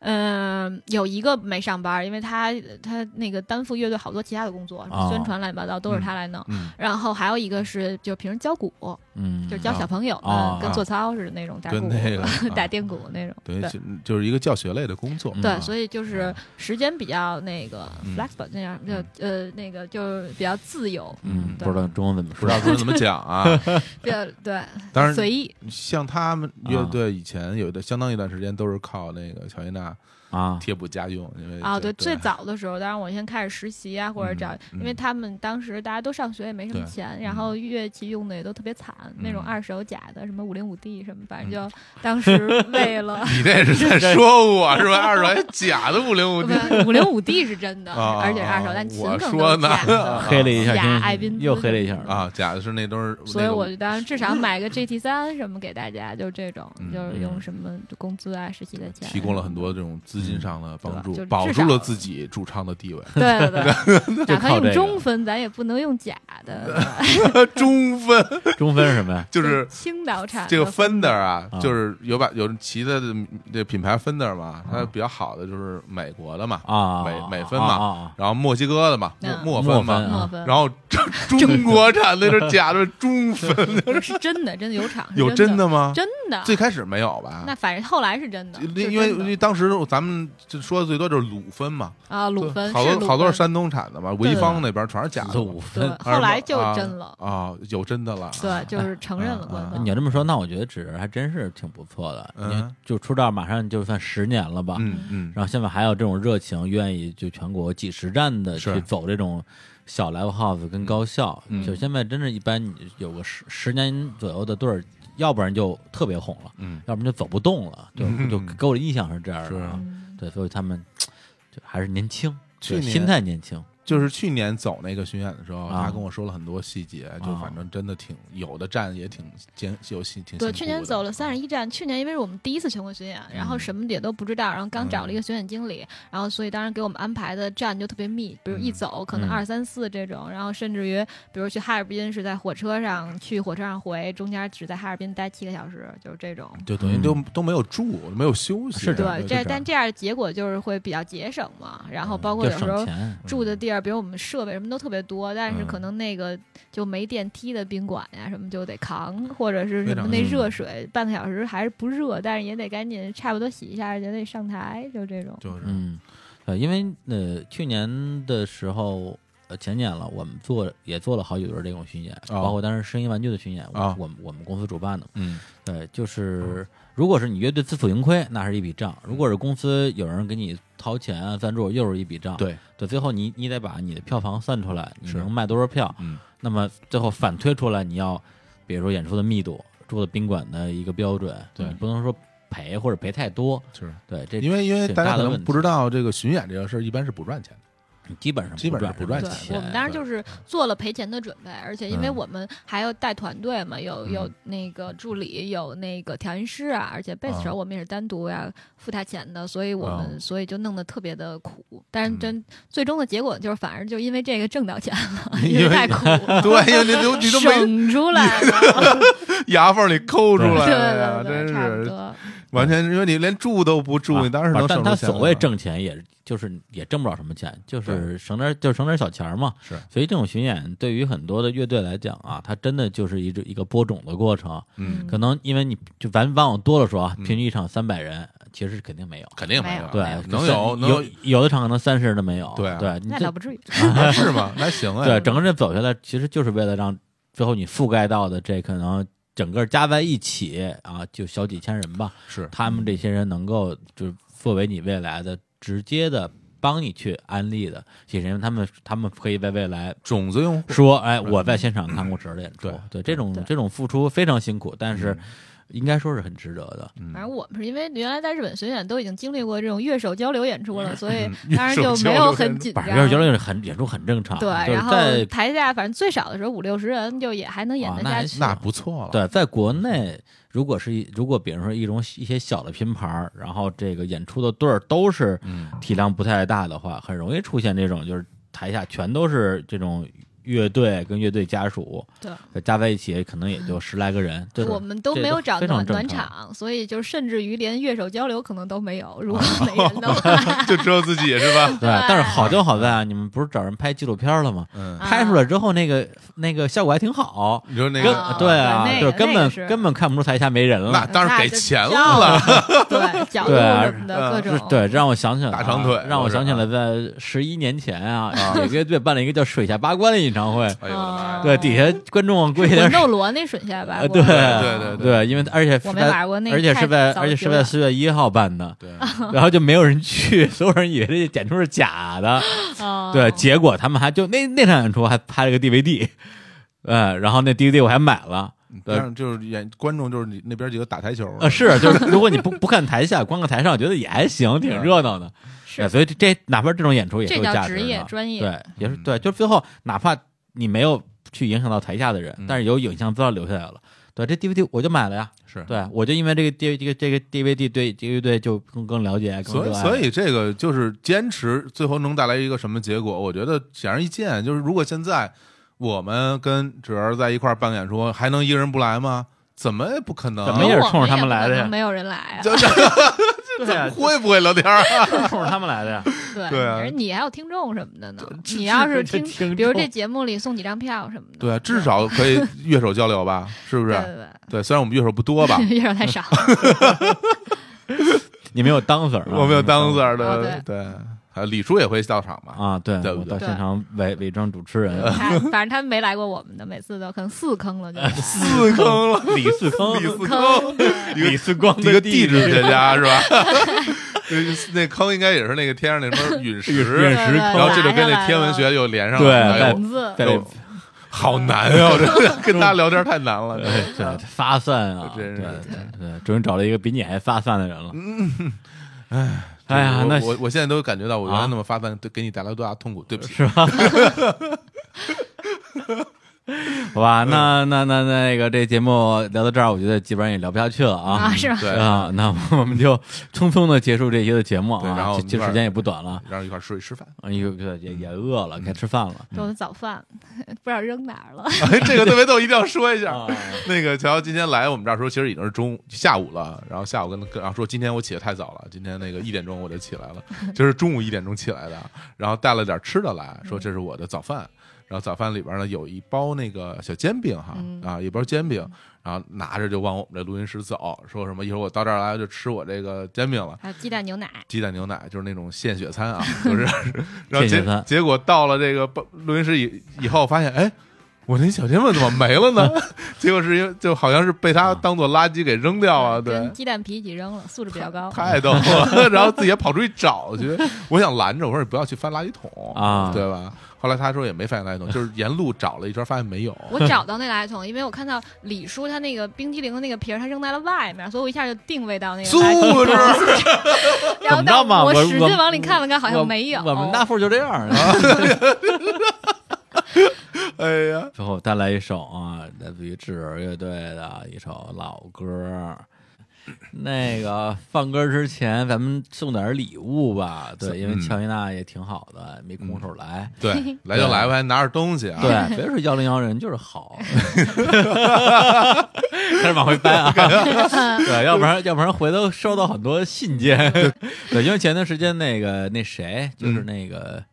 嗯，有一个没上班，因为他他那个担负乐队好多其他的工作，什么
啊
哦
宣传乱七八糟都是他来弄。
嗯
然后还有一个是就平时教鼓，
嗯，
就是教小朋友
哦
们跟做操似的那种打鼓
啊 跟 那个啊
打电鼓那种。
对，
对
就就是一个教学类的工作，
嗯
对，所以就是时间比较那个
嗯
flexible 那样，就呃那个就是比较自由，
嗯，
对
不知道中文怎么
不
说
知道说怎么讲啊。
比较对
当然，
随意。
像他们乐
啊
队以前有的相当一段时间都是靠那个乔伊娜
啊。
贴补家用，因为
啊，
对，
对，最早的时候，当然我先开始实习啊，或者找，
嗯
因为他们当时大家都上学，也没什么
对
钱，然后乐器用的也都特别惨，那种
嗯
二手假的，什么五零五 D 什么，反正就当时为了
你这是在说我是吧？二手还假的五零五 D
五零五 D 是真的，
啊
而且是二手，但琴
我
可能
说
都是
呢
假 的，
黑了一下，
假
真是
爱宾
又
斯
黑了一下
啊，假的是那都是那个，
所以我就当时至少买个 GT 三什么给大家，就是这种，
嗯
就是用什么工资啊、实习的钱
提供了很多这种资金上的帮
对吧
助，
就是
保
至
住
少，
了自己主唱的地位
对对对，哪怕
靠这个
用中分，咱也不能用假的，
中分
中分是什么呀？
就是。
青岛产的
这个 Fender 啊
啊，
就是有把有其他的这品牌 Fender 嘛，它
啊
比较好的就是美国的嘛，
啊，
美美分
啊
嘛
啊啊
然后墨西哥的嘛，
嗯
墨
墨
分嘛
分，
墨分，
然后中中国产的是假的中分，
后是 真的，真的有厂是
有
真
真的吗？
真的，
最开始没有吧
那？反正后来是真的，
因
是
因为
真
因
的
为当时咱们就说的最多就是鲁分嘛，
啊鲁芬
好
是鲁
多好多
芬
是山东产的嘛，潍坊那边全是假的
啊五
嘛。
分
对，后来就真了，
啊，啊有真的了，
对，就是承认了
啊
官
啊
那
方
你。要这么说，那我觉得纸还真是挺不错的。
嗯
你就出道马上就算十年了吧，
嗯嗯，
然后现在还有这种热情，愿意就全国几十站的
是
去走这种小 live house 跟高校。
嗯
就现在真是一般，你有个十十年左右的队儿，要不然就特别红了，
嗯
要不然就走不动了。就
嗯
就给我的印象是这样
是
的啊。
嗯
对，所以他们就还是年轻，
去
对
年
心态年轻。
就是去年走那个巡演的时候，
啊
他跟我说了很多细节，就反正真的挺有的站也挺艰有辛挺辛苦
对，
的
去年走了三十一站。去年因为是我们第一次全国巡演，
嗯
然后什么也都不知道，然后刚找了一个巡演经理，然后所以当然给我们安排的站就特别密，比如一走可
嗯
能二三四这种，然后甚至于比如去哈尔滨是在火车上去，火车上回，中间只在哈尔滨待七个小时，就是这种。
啊就等于都都没有住，没有休
嗯
息，啊
是这样
对，这但这样的结果就是会比较节省嘛。然后包括
要
有时候
省钱，
住
嗯
的地儿，比如我们设备什么都特别多，但是可能那个就没电梯的宾馆呀，什么就得扛，或者是什么
非
那
常
热水半个小时还是不热，但是也得赶紧差不多洗一下，也得上台，就这种。
就是
嗯，呃，因为呃去年的时候，呃前年了，我们做也做了好几轮这种巡演，
哦
包括当时声音玩具的巡演，我
啊
我们我们公司主办的嘛，
嗯
呃，就是如果是你乐队自负盈亏，那是一笔账；如果是公司有人给你掏钱啊赞助，又是一笔账。
对，
对，最后你你得把你的票房算出来，你
是
能卖多少票？
嗯
那么最后反推出来，你要比如说演出的密度、住的宾馆的一个标准，
对
你不能说赔或者赔太多。
是。
对，这
因为因为
挺
大家
大的
可能
问
不
题
知道这个巡演这个事儿一般是不赚钱的，
基本上
基本上
不
不赚
什么
钱
对，我们当时就是做了赔钱的准备，而且因为
嗯
我们还要带团队嘛，有
嗯
有那个助理，有那个调音师啊，而且贝斯手
啊
我们也是单独要付他钱的，所以我
嗯
们所以就弄得特别的苦。但是真最终的结果就是，反而就因为这个挣到钱了，
因为
为太苦，
对，因为你都你都没
省出来了，
牙缝里抠出来
对
了呀，
对
真
对，差不
是
多。
完全，因为你连住都不住，
啊
你当然能
反正
省出
但他
钱
所谓
来
挣钱也是，就是也挣不了什么钱，就是
对
省点就省点小钱儿嘛。
是，
所以这种巡演对于很多的乐队来讲啊，它真的就是一一个播种的过程。
嗯，
可能因为你就咱往往多了说啊，
嗯
平均一场三百人，其实肯定没有。
肯定
没有
有，
对，
能
是
有能
有有的场可能三十人都没有。
对啊
对，你
那
这
倒不至于。
有 是吗？那行哎，
对，整个这走下来，其实就是为了让最后你覆盖到的这可能整个加在一起啊，就小几千人吧，
是
他们这些人能够就是作为你未来的直接的帮你去安利的这些人，他们他们可以在未来
种子用户，
说，哎，我在现场看过侄儿的演出
对，
对这种
对
这种付出非常辛苦，但是应该说是很值得的。
嗯
反正我们是因为原来在日本巡演都已经经历过这种乐手交流演出了，所以
乐
当然
手
就
交
没
流
有
演
很
出
紧
反
张。
正要交流很演出很正常，
对，
就是
然后
在
台下反正最少的时候五六十人，就也还能演
啊
得
那
下
还
去。
那不错了，
对，在国内，如果是一如果比如说一种一些小的拼盘儿，然后这个演出的队儿都是
嗯，
体量不太大的话，很容易出现这种就是台下全都是这种乐队跟乐队家属
对，
加在一起，可能也就十来个人。对，
我们都
这
没
都
有找
非常
暖
正
暖
常
场，所以就甚至于连乐手交流可能都没有。如果没人的话，
就知道自己是吧？
对，但是好就好在啊，你们不是找人拍纪录片儿了吗？
嗯，
啊
拍出来之后，那个那个效果还挺好。
你说那
跟
个
对啊，
那
就是
个
根
那
本
个是
根本看不出台下没人
那
了。
当然
那
给
就
钱
叫
了，
对角度
对啊
什么的各
是
种，
对，让我想起来了啊
大长腿
让我
都是啊
想起来，在十一年前啊
啊，
有个乐队办了一个叫《水下八关》的演唱会，
哎呦我的妈呀！
啊
对，底下观众跪
魂
下
斗罗那水下吧
呃，
我
对
对对
对，因为而且是
我没
在
玩过那个
而且
太
是在
早
而且是
丢
在
了
四月一号办 的，
对，
然后就没有人去，所有人以为这演出是假的，
哦
对，结果他们还就那那场演出还拍了个 DVD，呃，然后那 DVD 我还买
哦
了。对
嗯但是就是演观众就是你那边几个打台球
呃，是，就是如果你不不看台下，光看台上，觉得也还行，挺热闹的。
是
哎所以这这哪怕这种演出也是
这
有
叫
价值
职业
的，
专业。
对，也是
嗯
对，就是最后哪怕你没有去影响到台下的人
嗯，
但是有影像资料留下来了。对，这 DVD 我就买了呀。
是，
对，我就因为这个 D 这个这个 DVD 对这个乐队就更更了解，更
所以
热爱
所以这个就是坚持，最后能带来一个什么结果？我觉得显而易见，就是如果现在我们跟侄儿在一块儿办演出，还能一个人不来吗？怎么也不可能，
怎
可
么
能
也是
我
冲着他
也
们
不
来
可
的
能
呀
没有人来啊。
就是
对啊，
会不会聊天啊？
就是冲着他们来的呀。
对，
对啊
而你还有听众什么的呢。
这
你要
这
是
这
听，
听
比如
众
这节目里送几张票什么的，
对啊，至少可以乐手交流吧，是不
啊
对
是？
对
对，虽然我们乐手不多 吧，
对， 乐手 太少。
你没有当子儿啊，
我们有当字儿
哦
的，对，还有李叔也会到场嘛。
啊，对，
对不
我
对
到
对
现场伪伪装主持人，
他反正他没来过我们的，每次都可能四坑了就
呃
来
四坑了，
李四坑，
哦李四坑，
坑，对
一个
李四光
一个地
地
质学 家是吧？那那坑应该也是那个天上那什么陨
陨
石，
陨
然
石
对对
坑
后这就跟
打下
那
来
天文
了
学又连上
对
了。哎呦
对
文字
在
哎呦好难 呀！我真的跟他聊天太难了。
对 对发散啊，对
真是
对对，终于找了一个比你还发散的人了。
嗯
哎，哎呀，
我
那
我我现在都感觉到我原来
啊
那么发散，对给你带来多大痛苦，对不起。
是吧？ 好吧，那那那那个这节目聊到这儿，我觉得基本上也聊不下去了啊
啊，是吧？
对，
啊，那我们就匆匆的结束这一期的节目
对
啊，
然后我们
这这
一块儿
时间也不短了，
让人一块儿出去吃饭。
哎呦，对也也饿了，该吃饭了。
我的早饭不知道扔哪儿了，
哎， 这个特别逗，一定要说一下
啊。
那个乔乔今天来我们这儿的时候，其实已经是中午下午了，然后下午跟他跟然后说今天我起得太早了，今天那个一点钟我就起来了，就是中午一点钟起来的，然后带了点吃的来，说这是我的早饭。然后早饭里边呢有一包那个小煎饼哈、
嗯
啊，一包煎饼，然后拿着就往我们这录音室走，说什么一会儿我到这儿来就吃我这个煎饼了。
还有鸡蛋牛奶，
鸡蛋牛奶，就是那种献血餐啊， 就是，然后
献血
结
餐
结果到了这个办录音室以以后，发现哎，我那小煎饼怎么没了呢？ 结果是因为就好像是被他
嗯
当做垃圾给扔掉啊，对
跟。鸡蛋皮一起扔了，素质比较高。
太逗 了，然后自己还跑出去找去，我想拦着，我说你不要去翻垃圾桶
啊
对吧？后来他说也没发现垃圾桶，就是沿路找了一圈，发现没有。
我找到那个垃圾桶，因为我看到李叔他那个冰激凌的那个瓶儿，他扔在了外面，所以我一下就定位到那个
素
垃圾桶。
质，
然
怎
后
么着嘛
但我
我
使
我
劲往里看了看，好
我
像没有。哦
我们大富就这样儿。啊
哎 呀，
最后带来一首啊，来自于智儿乐队的一首老歌儿。那个放歌之前，咱们送点儿礼物吧。对，因为
嗯
乔伊娜也挺好的，没空手来。
对，来就来吧，还拿着东西啊，
对，别说幺零幺人就是 好，开始往回掰啊！ 对，要不然要不然回头收到很多信件。 对，因为前段时间那个那谁，就是
嗯
那个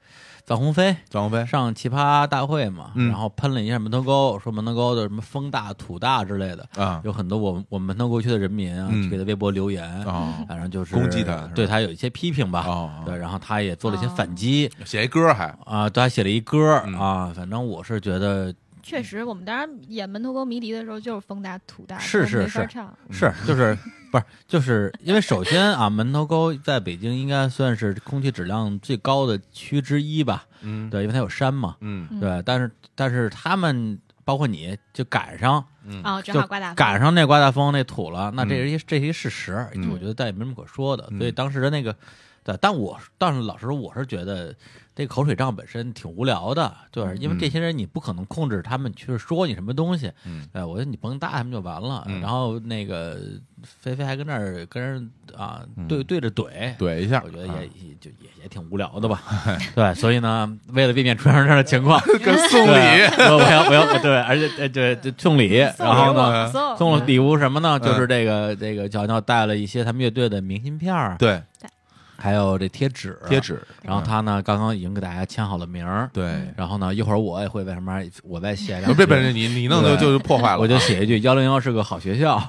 臧鸿飞，
张飞，
上奇葩大会嘛，
嗯
然后喷了一下门头沟，说门头沟的什么风大土大之类的，
啊
有很多我们我们门头沟区的人民啊，
嗯
去给他微博留言，
啊，
反正就是
攻击他是吧
对他有一些批评吧，
哦
对，然后他也做了一些反击
写一歌还
啊、对他写了一歌、
嗯
啊，反正我是觉得
确实，我们当时演门头沟迷笛的时候，就是风大土大，
是是
没法
是
唱。
是就是。不是，就是因为首先啊，门头沟在北京应该算是空气质量最高的区之一吧？
嗯
对，因为它有山嘛，
嗯
嗯
对。但是但是他们包括你就赶上
嗯
啊，正
就
好刮大风，
赶上那刮大风那土了，那这
嗯
是一、这是一事实，
嗯
我觉得但也没什么可说的。
嗯
所以当时的那个，对，但我但是老实说，我是觉得这口水仗本身挺无聊的，就是因为
嗯
这些人你不可能控制他们去说你什么东西，
嗯
呃，我觉得你甭搭他们就完了。
嗯
然后那个菲菲还跟那儿跟人啊
嗯
对对着怼。
怼啊一下，
我觉得也、也就也也挺无聊 的吧， 对，所以呢，为了避免出现这样的情况，
啊跟送礼，
对我我要我要对，而且呃对对送礼，
送
然后
给我
呢，
送
送了礼物什么呢？
嗯
就是这个这个小鸟带了一些他们乐队的明信片儿，
对，
还有这贴纸，
贴。纸，
然后他呢，刚刚已经给大家签好了名儿，。
对，
然后呢，一会儿我也会为什么我再写两句，
别别别，你你弄就就破坏了，啊
我就写一句幺零幺是个好学校，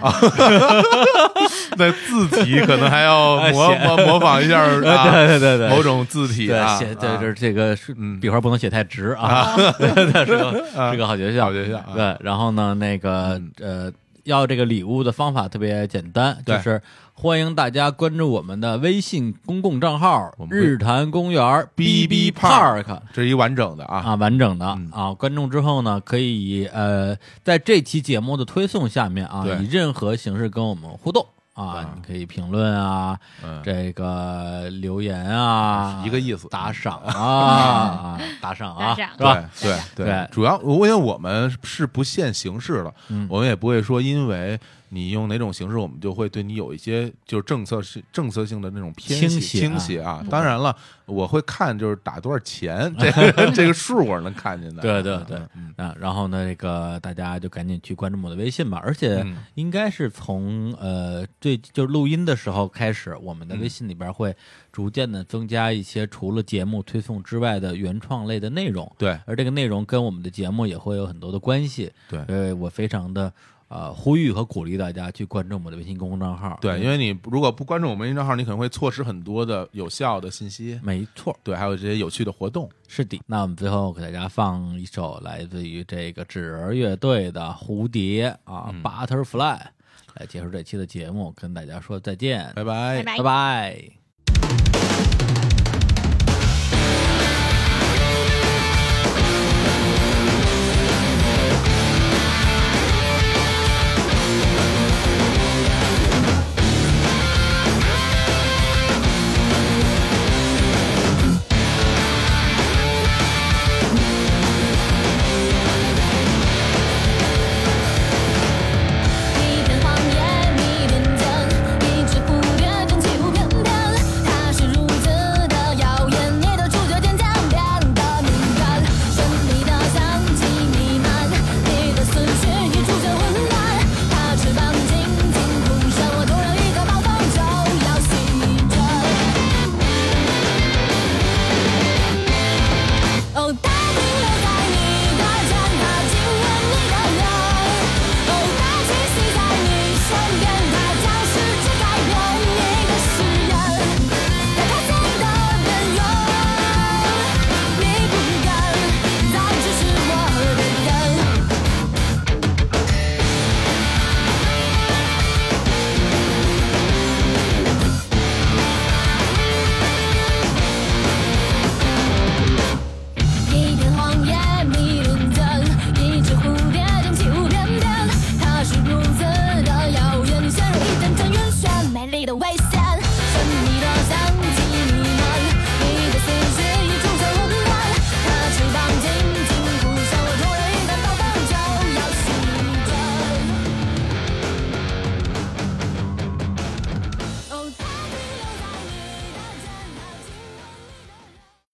那字体可能 还要模
啊写
模模仿 一下儿 啊，
对对对，
某种字体啊，
对写
啊
对这这个是
嗯
笔画不能写太直啊， 对对是 个是个好学校，
好学校啊嗯
对，然后呢，那个呃，要这个礼物的方法特别简单，就
对
是欢迎大家关注我们的微信公共账号“
我们会
日坛公园
BB
BB
Park
Park”。
这是一完整的啊，
啊，完整的
嗯
啊，观众之后呢，可以呃，在这期节目的推送下面啊，
对
以任何形式跟我们互动啊
啊，
你可以评论啊，
嗯，
这个留言啊，
一个意思
打赏啊，啊打赏啊，
打赏
是吧？
嗯 对对
对
主要我因为我们是不限形式的，
嗯
我们也不会说因为你用哪种形式，我们就会对你有一些就是政策是政策性的那种偏
倾
斜
斜
倾
啊
斜啊。当然了，我会看就是打多少钱，这 个这个数我是能看见的。
对对对
嗯嗯
啊，然后呢，这个大家就赶紧去关注我的微信吧，而且
嗯
应该是从呃最就是录音的时候开始，我们的
嗯
微信里边会逐渐的增加一些除了节目推送之外的原创类的内容，
对
而这个内容跟我们的节目也会有很多的关系，
对
所以我非常的呃呼吁和鼓励大家去关注我们的微信公众账号，
对，因为你如果不关注我们微信账号，你可能会错失很多的有效的信息。
没错，
对，还有这些有趣的活动。
是的，那我们最后给大家放一首来自于这个纸儿乐队的《蝴蝶》啊，Butterfly》，来结束这期的节目，跟大家说再见，
拜拜
拜。拜
拜拜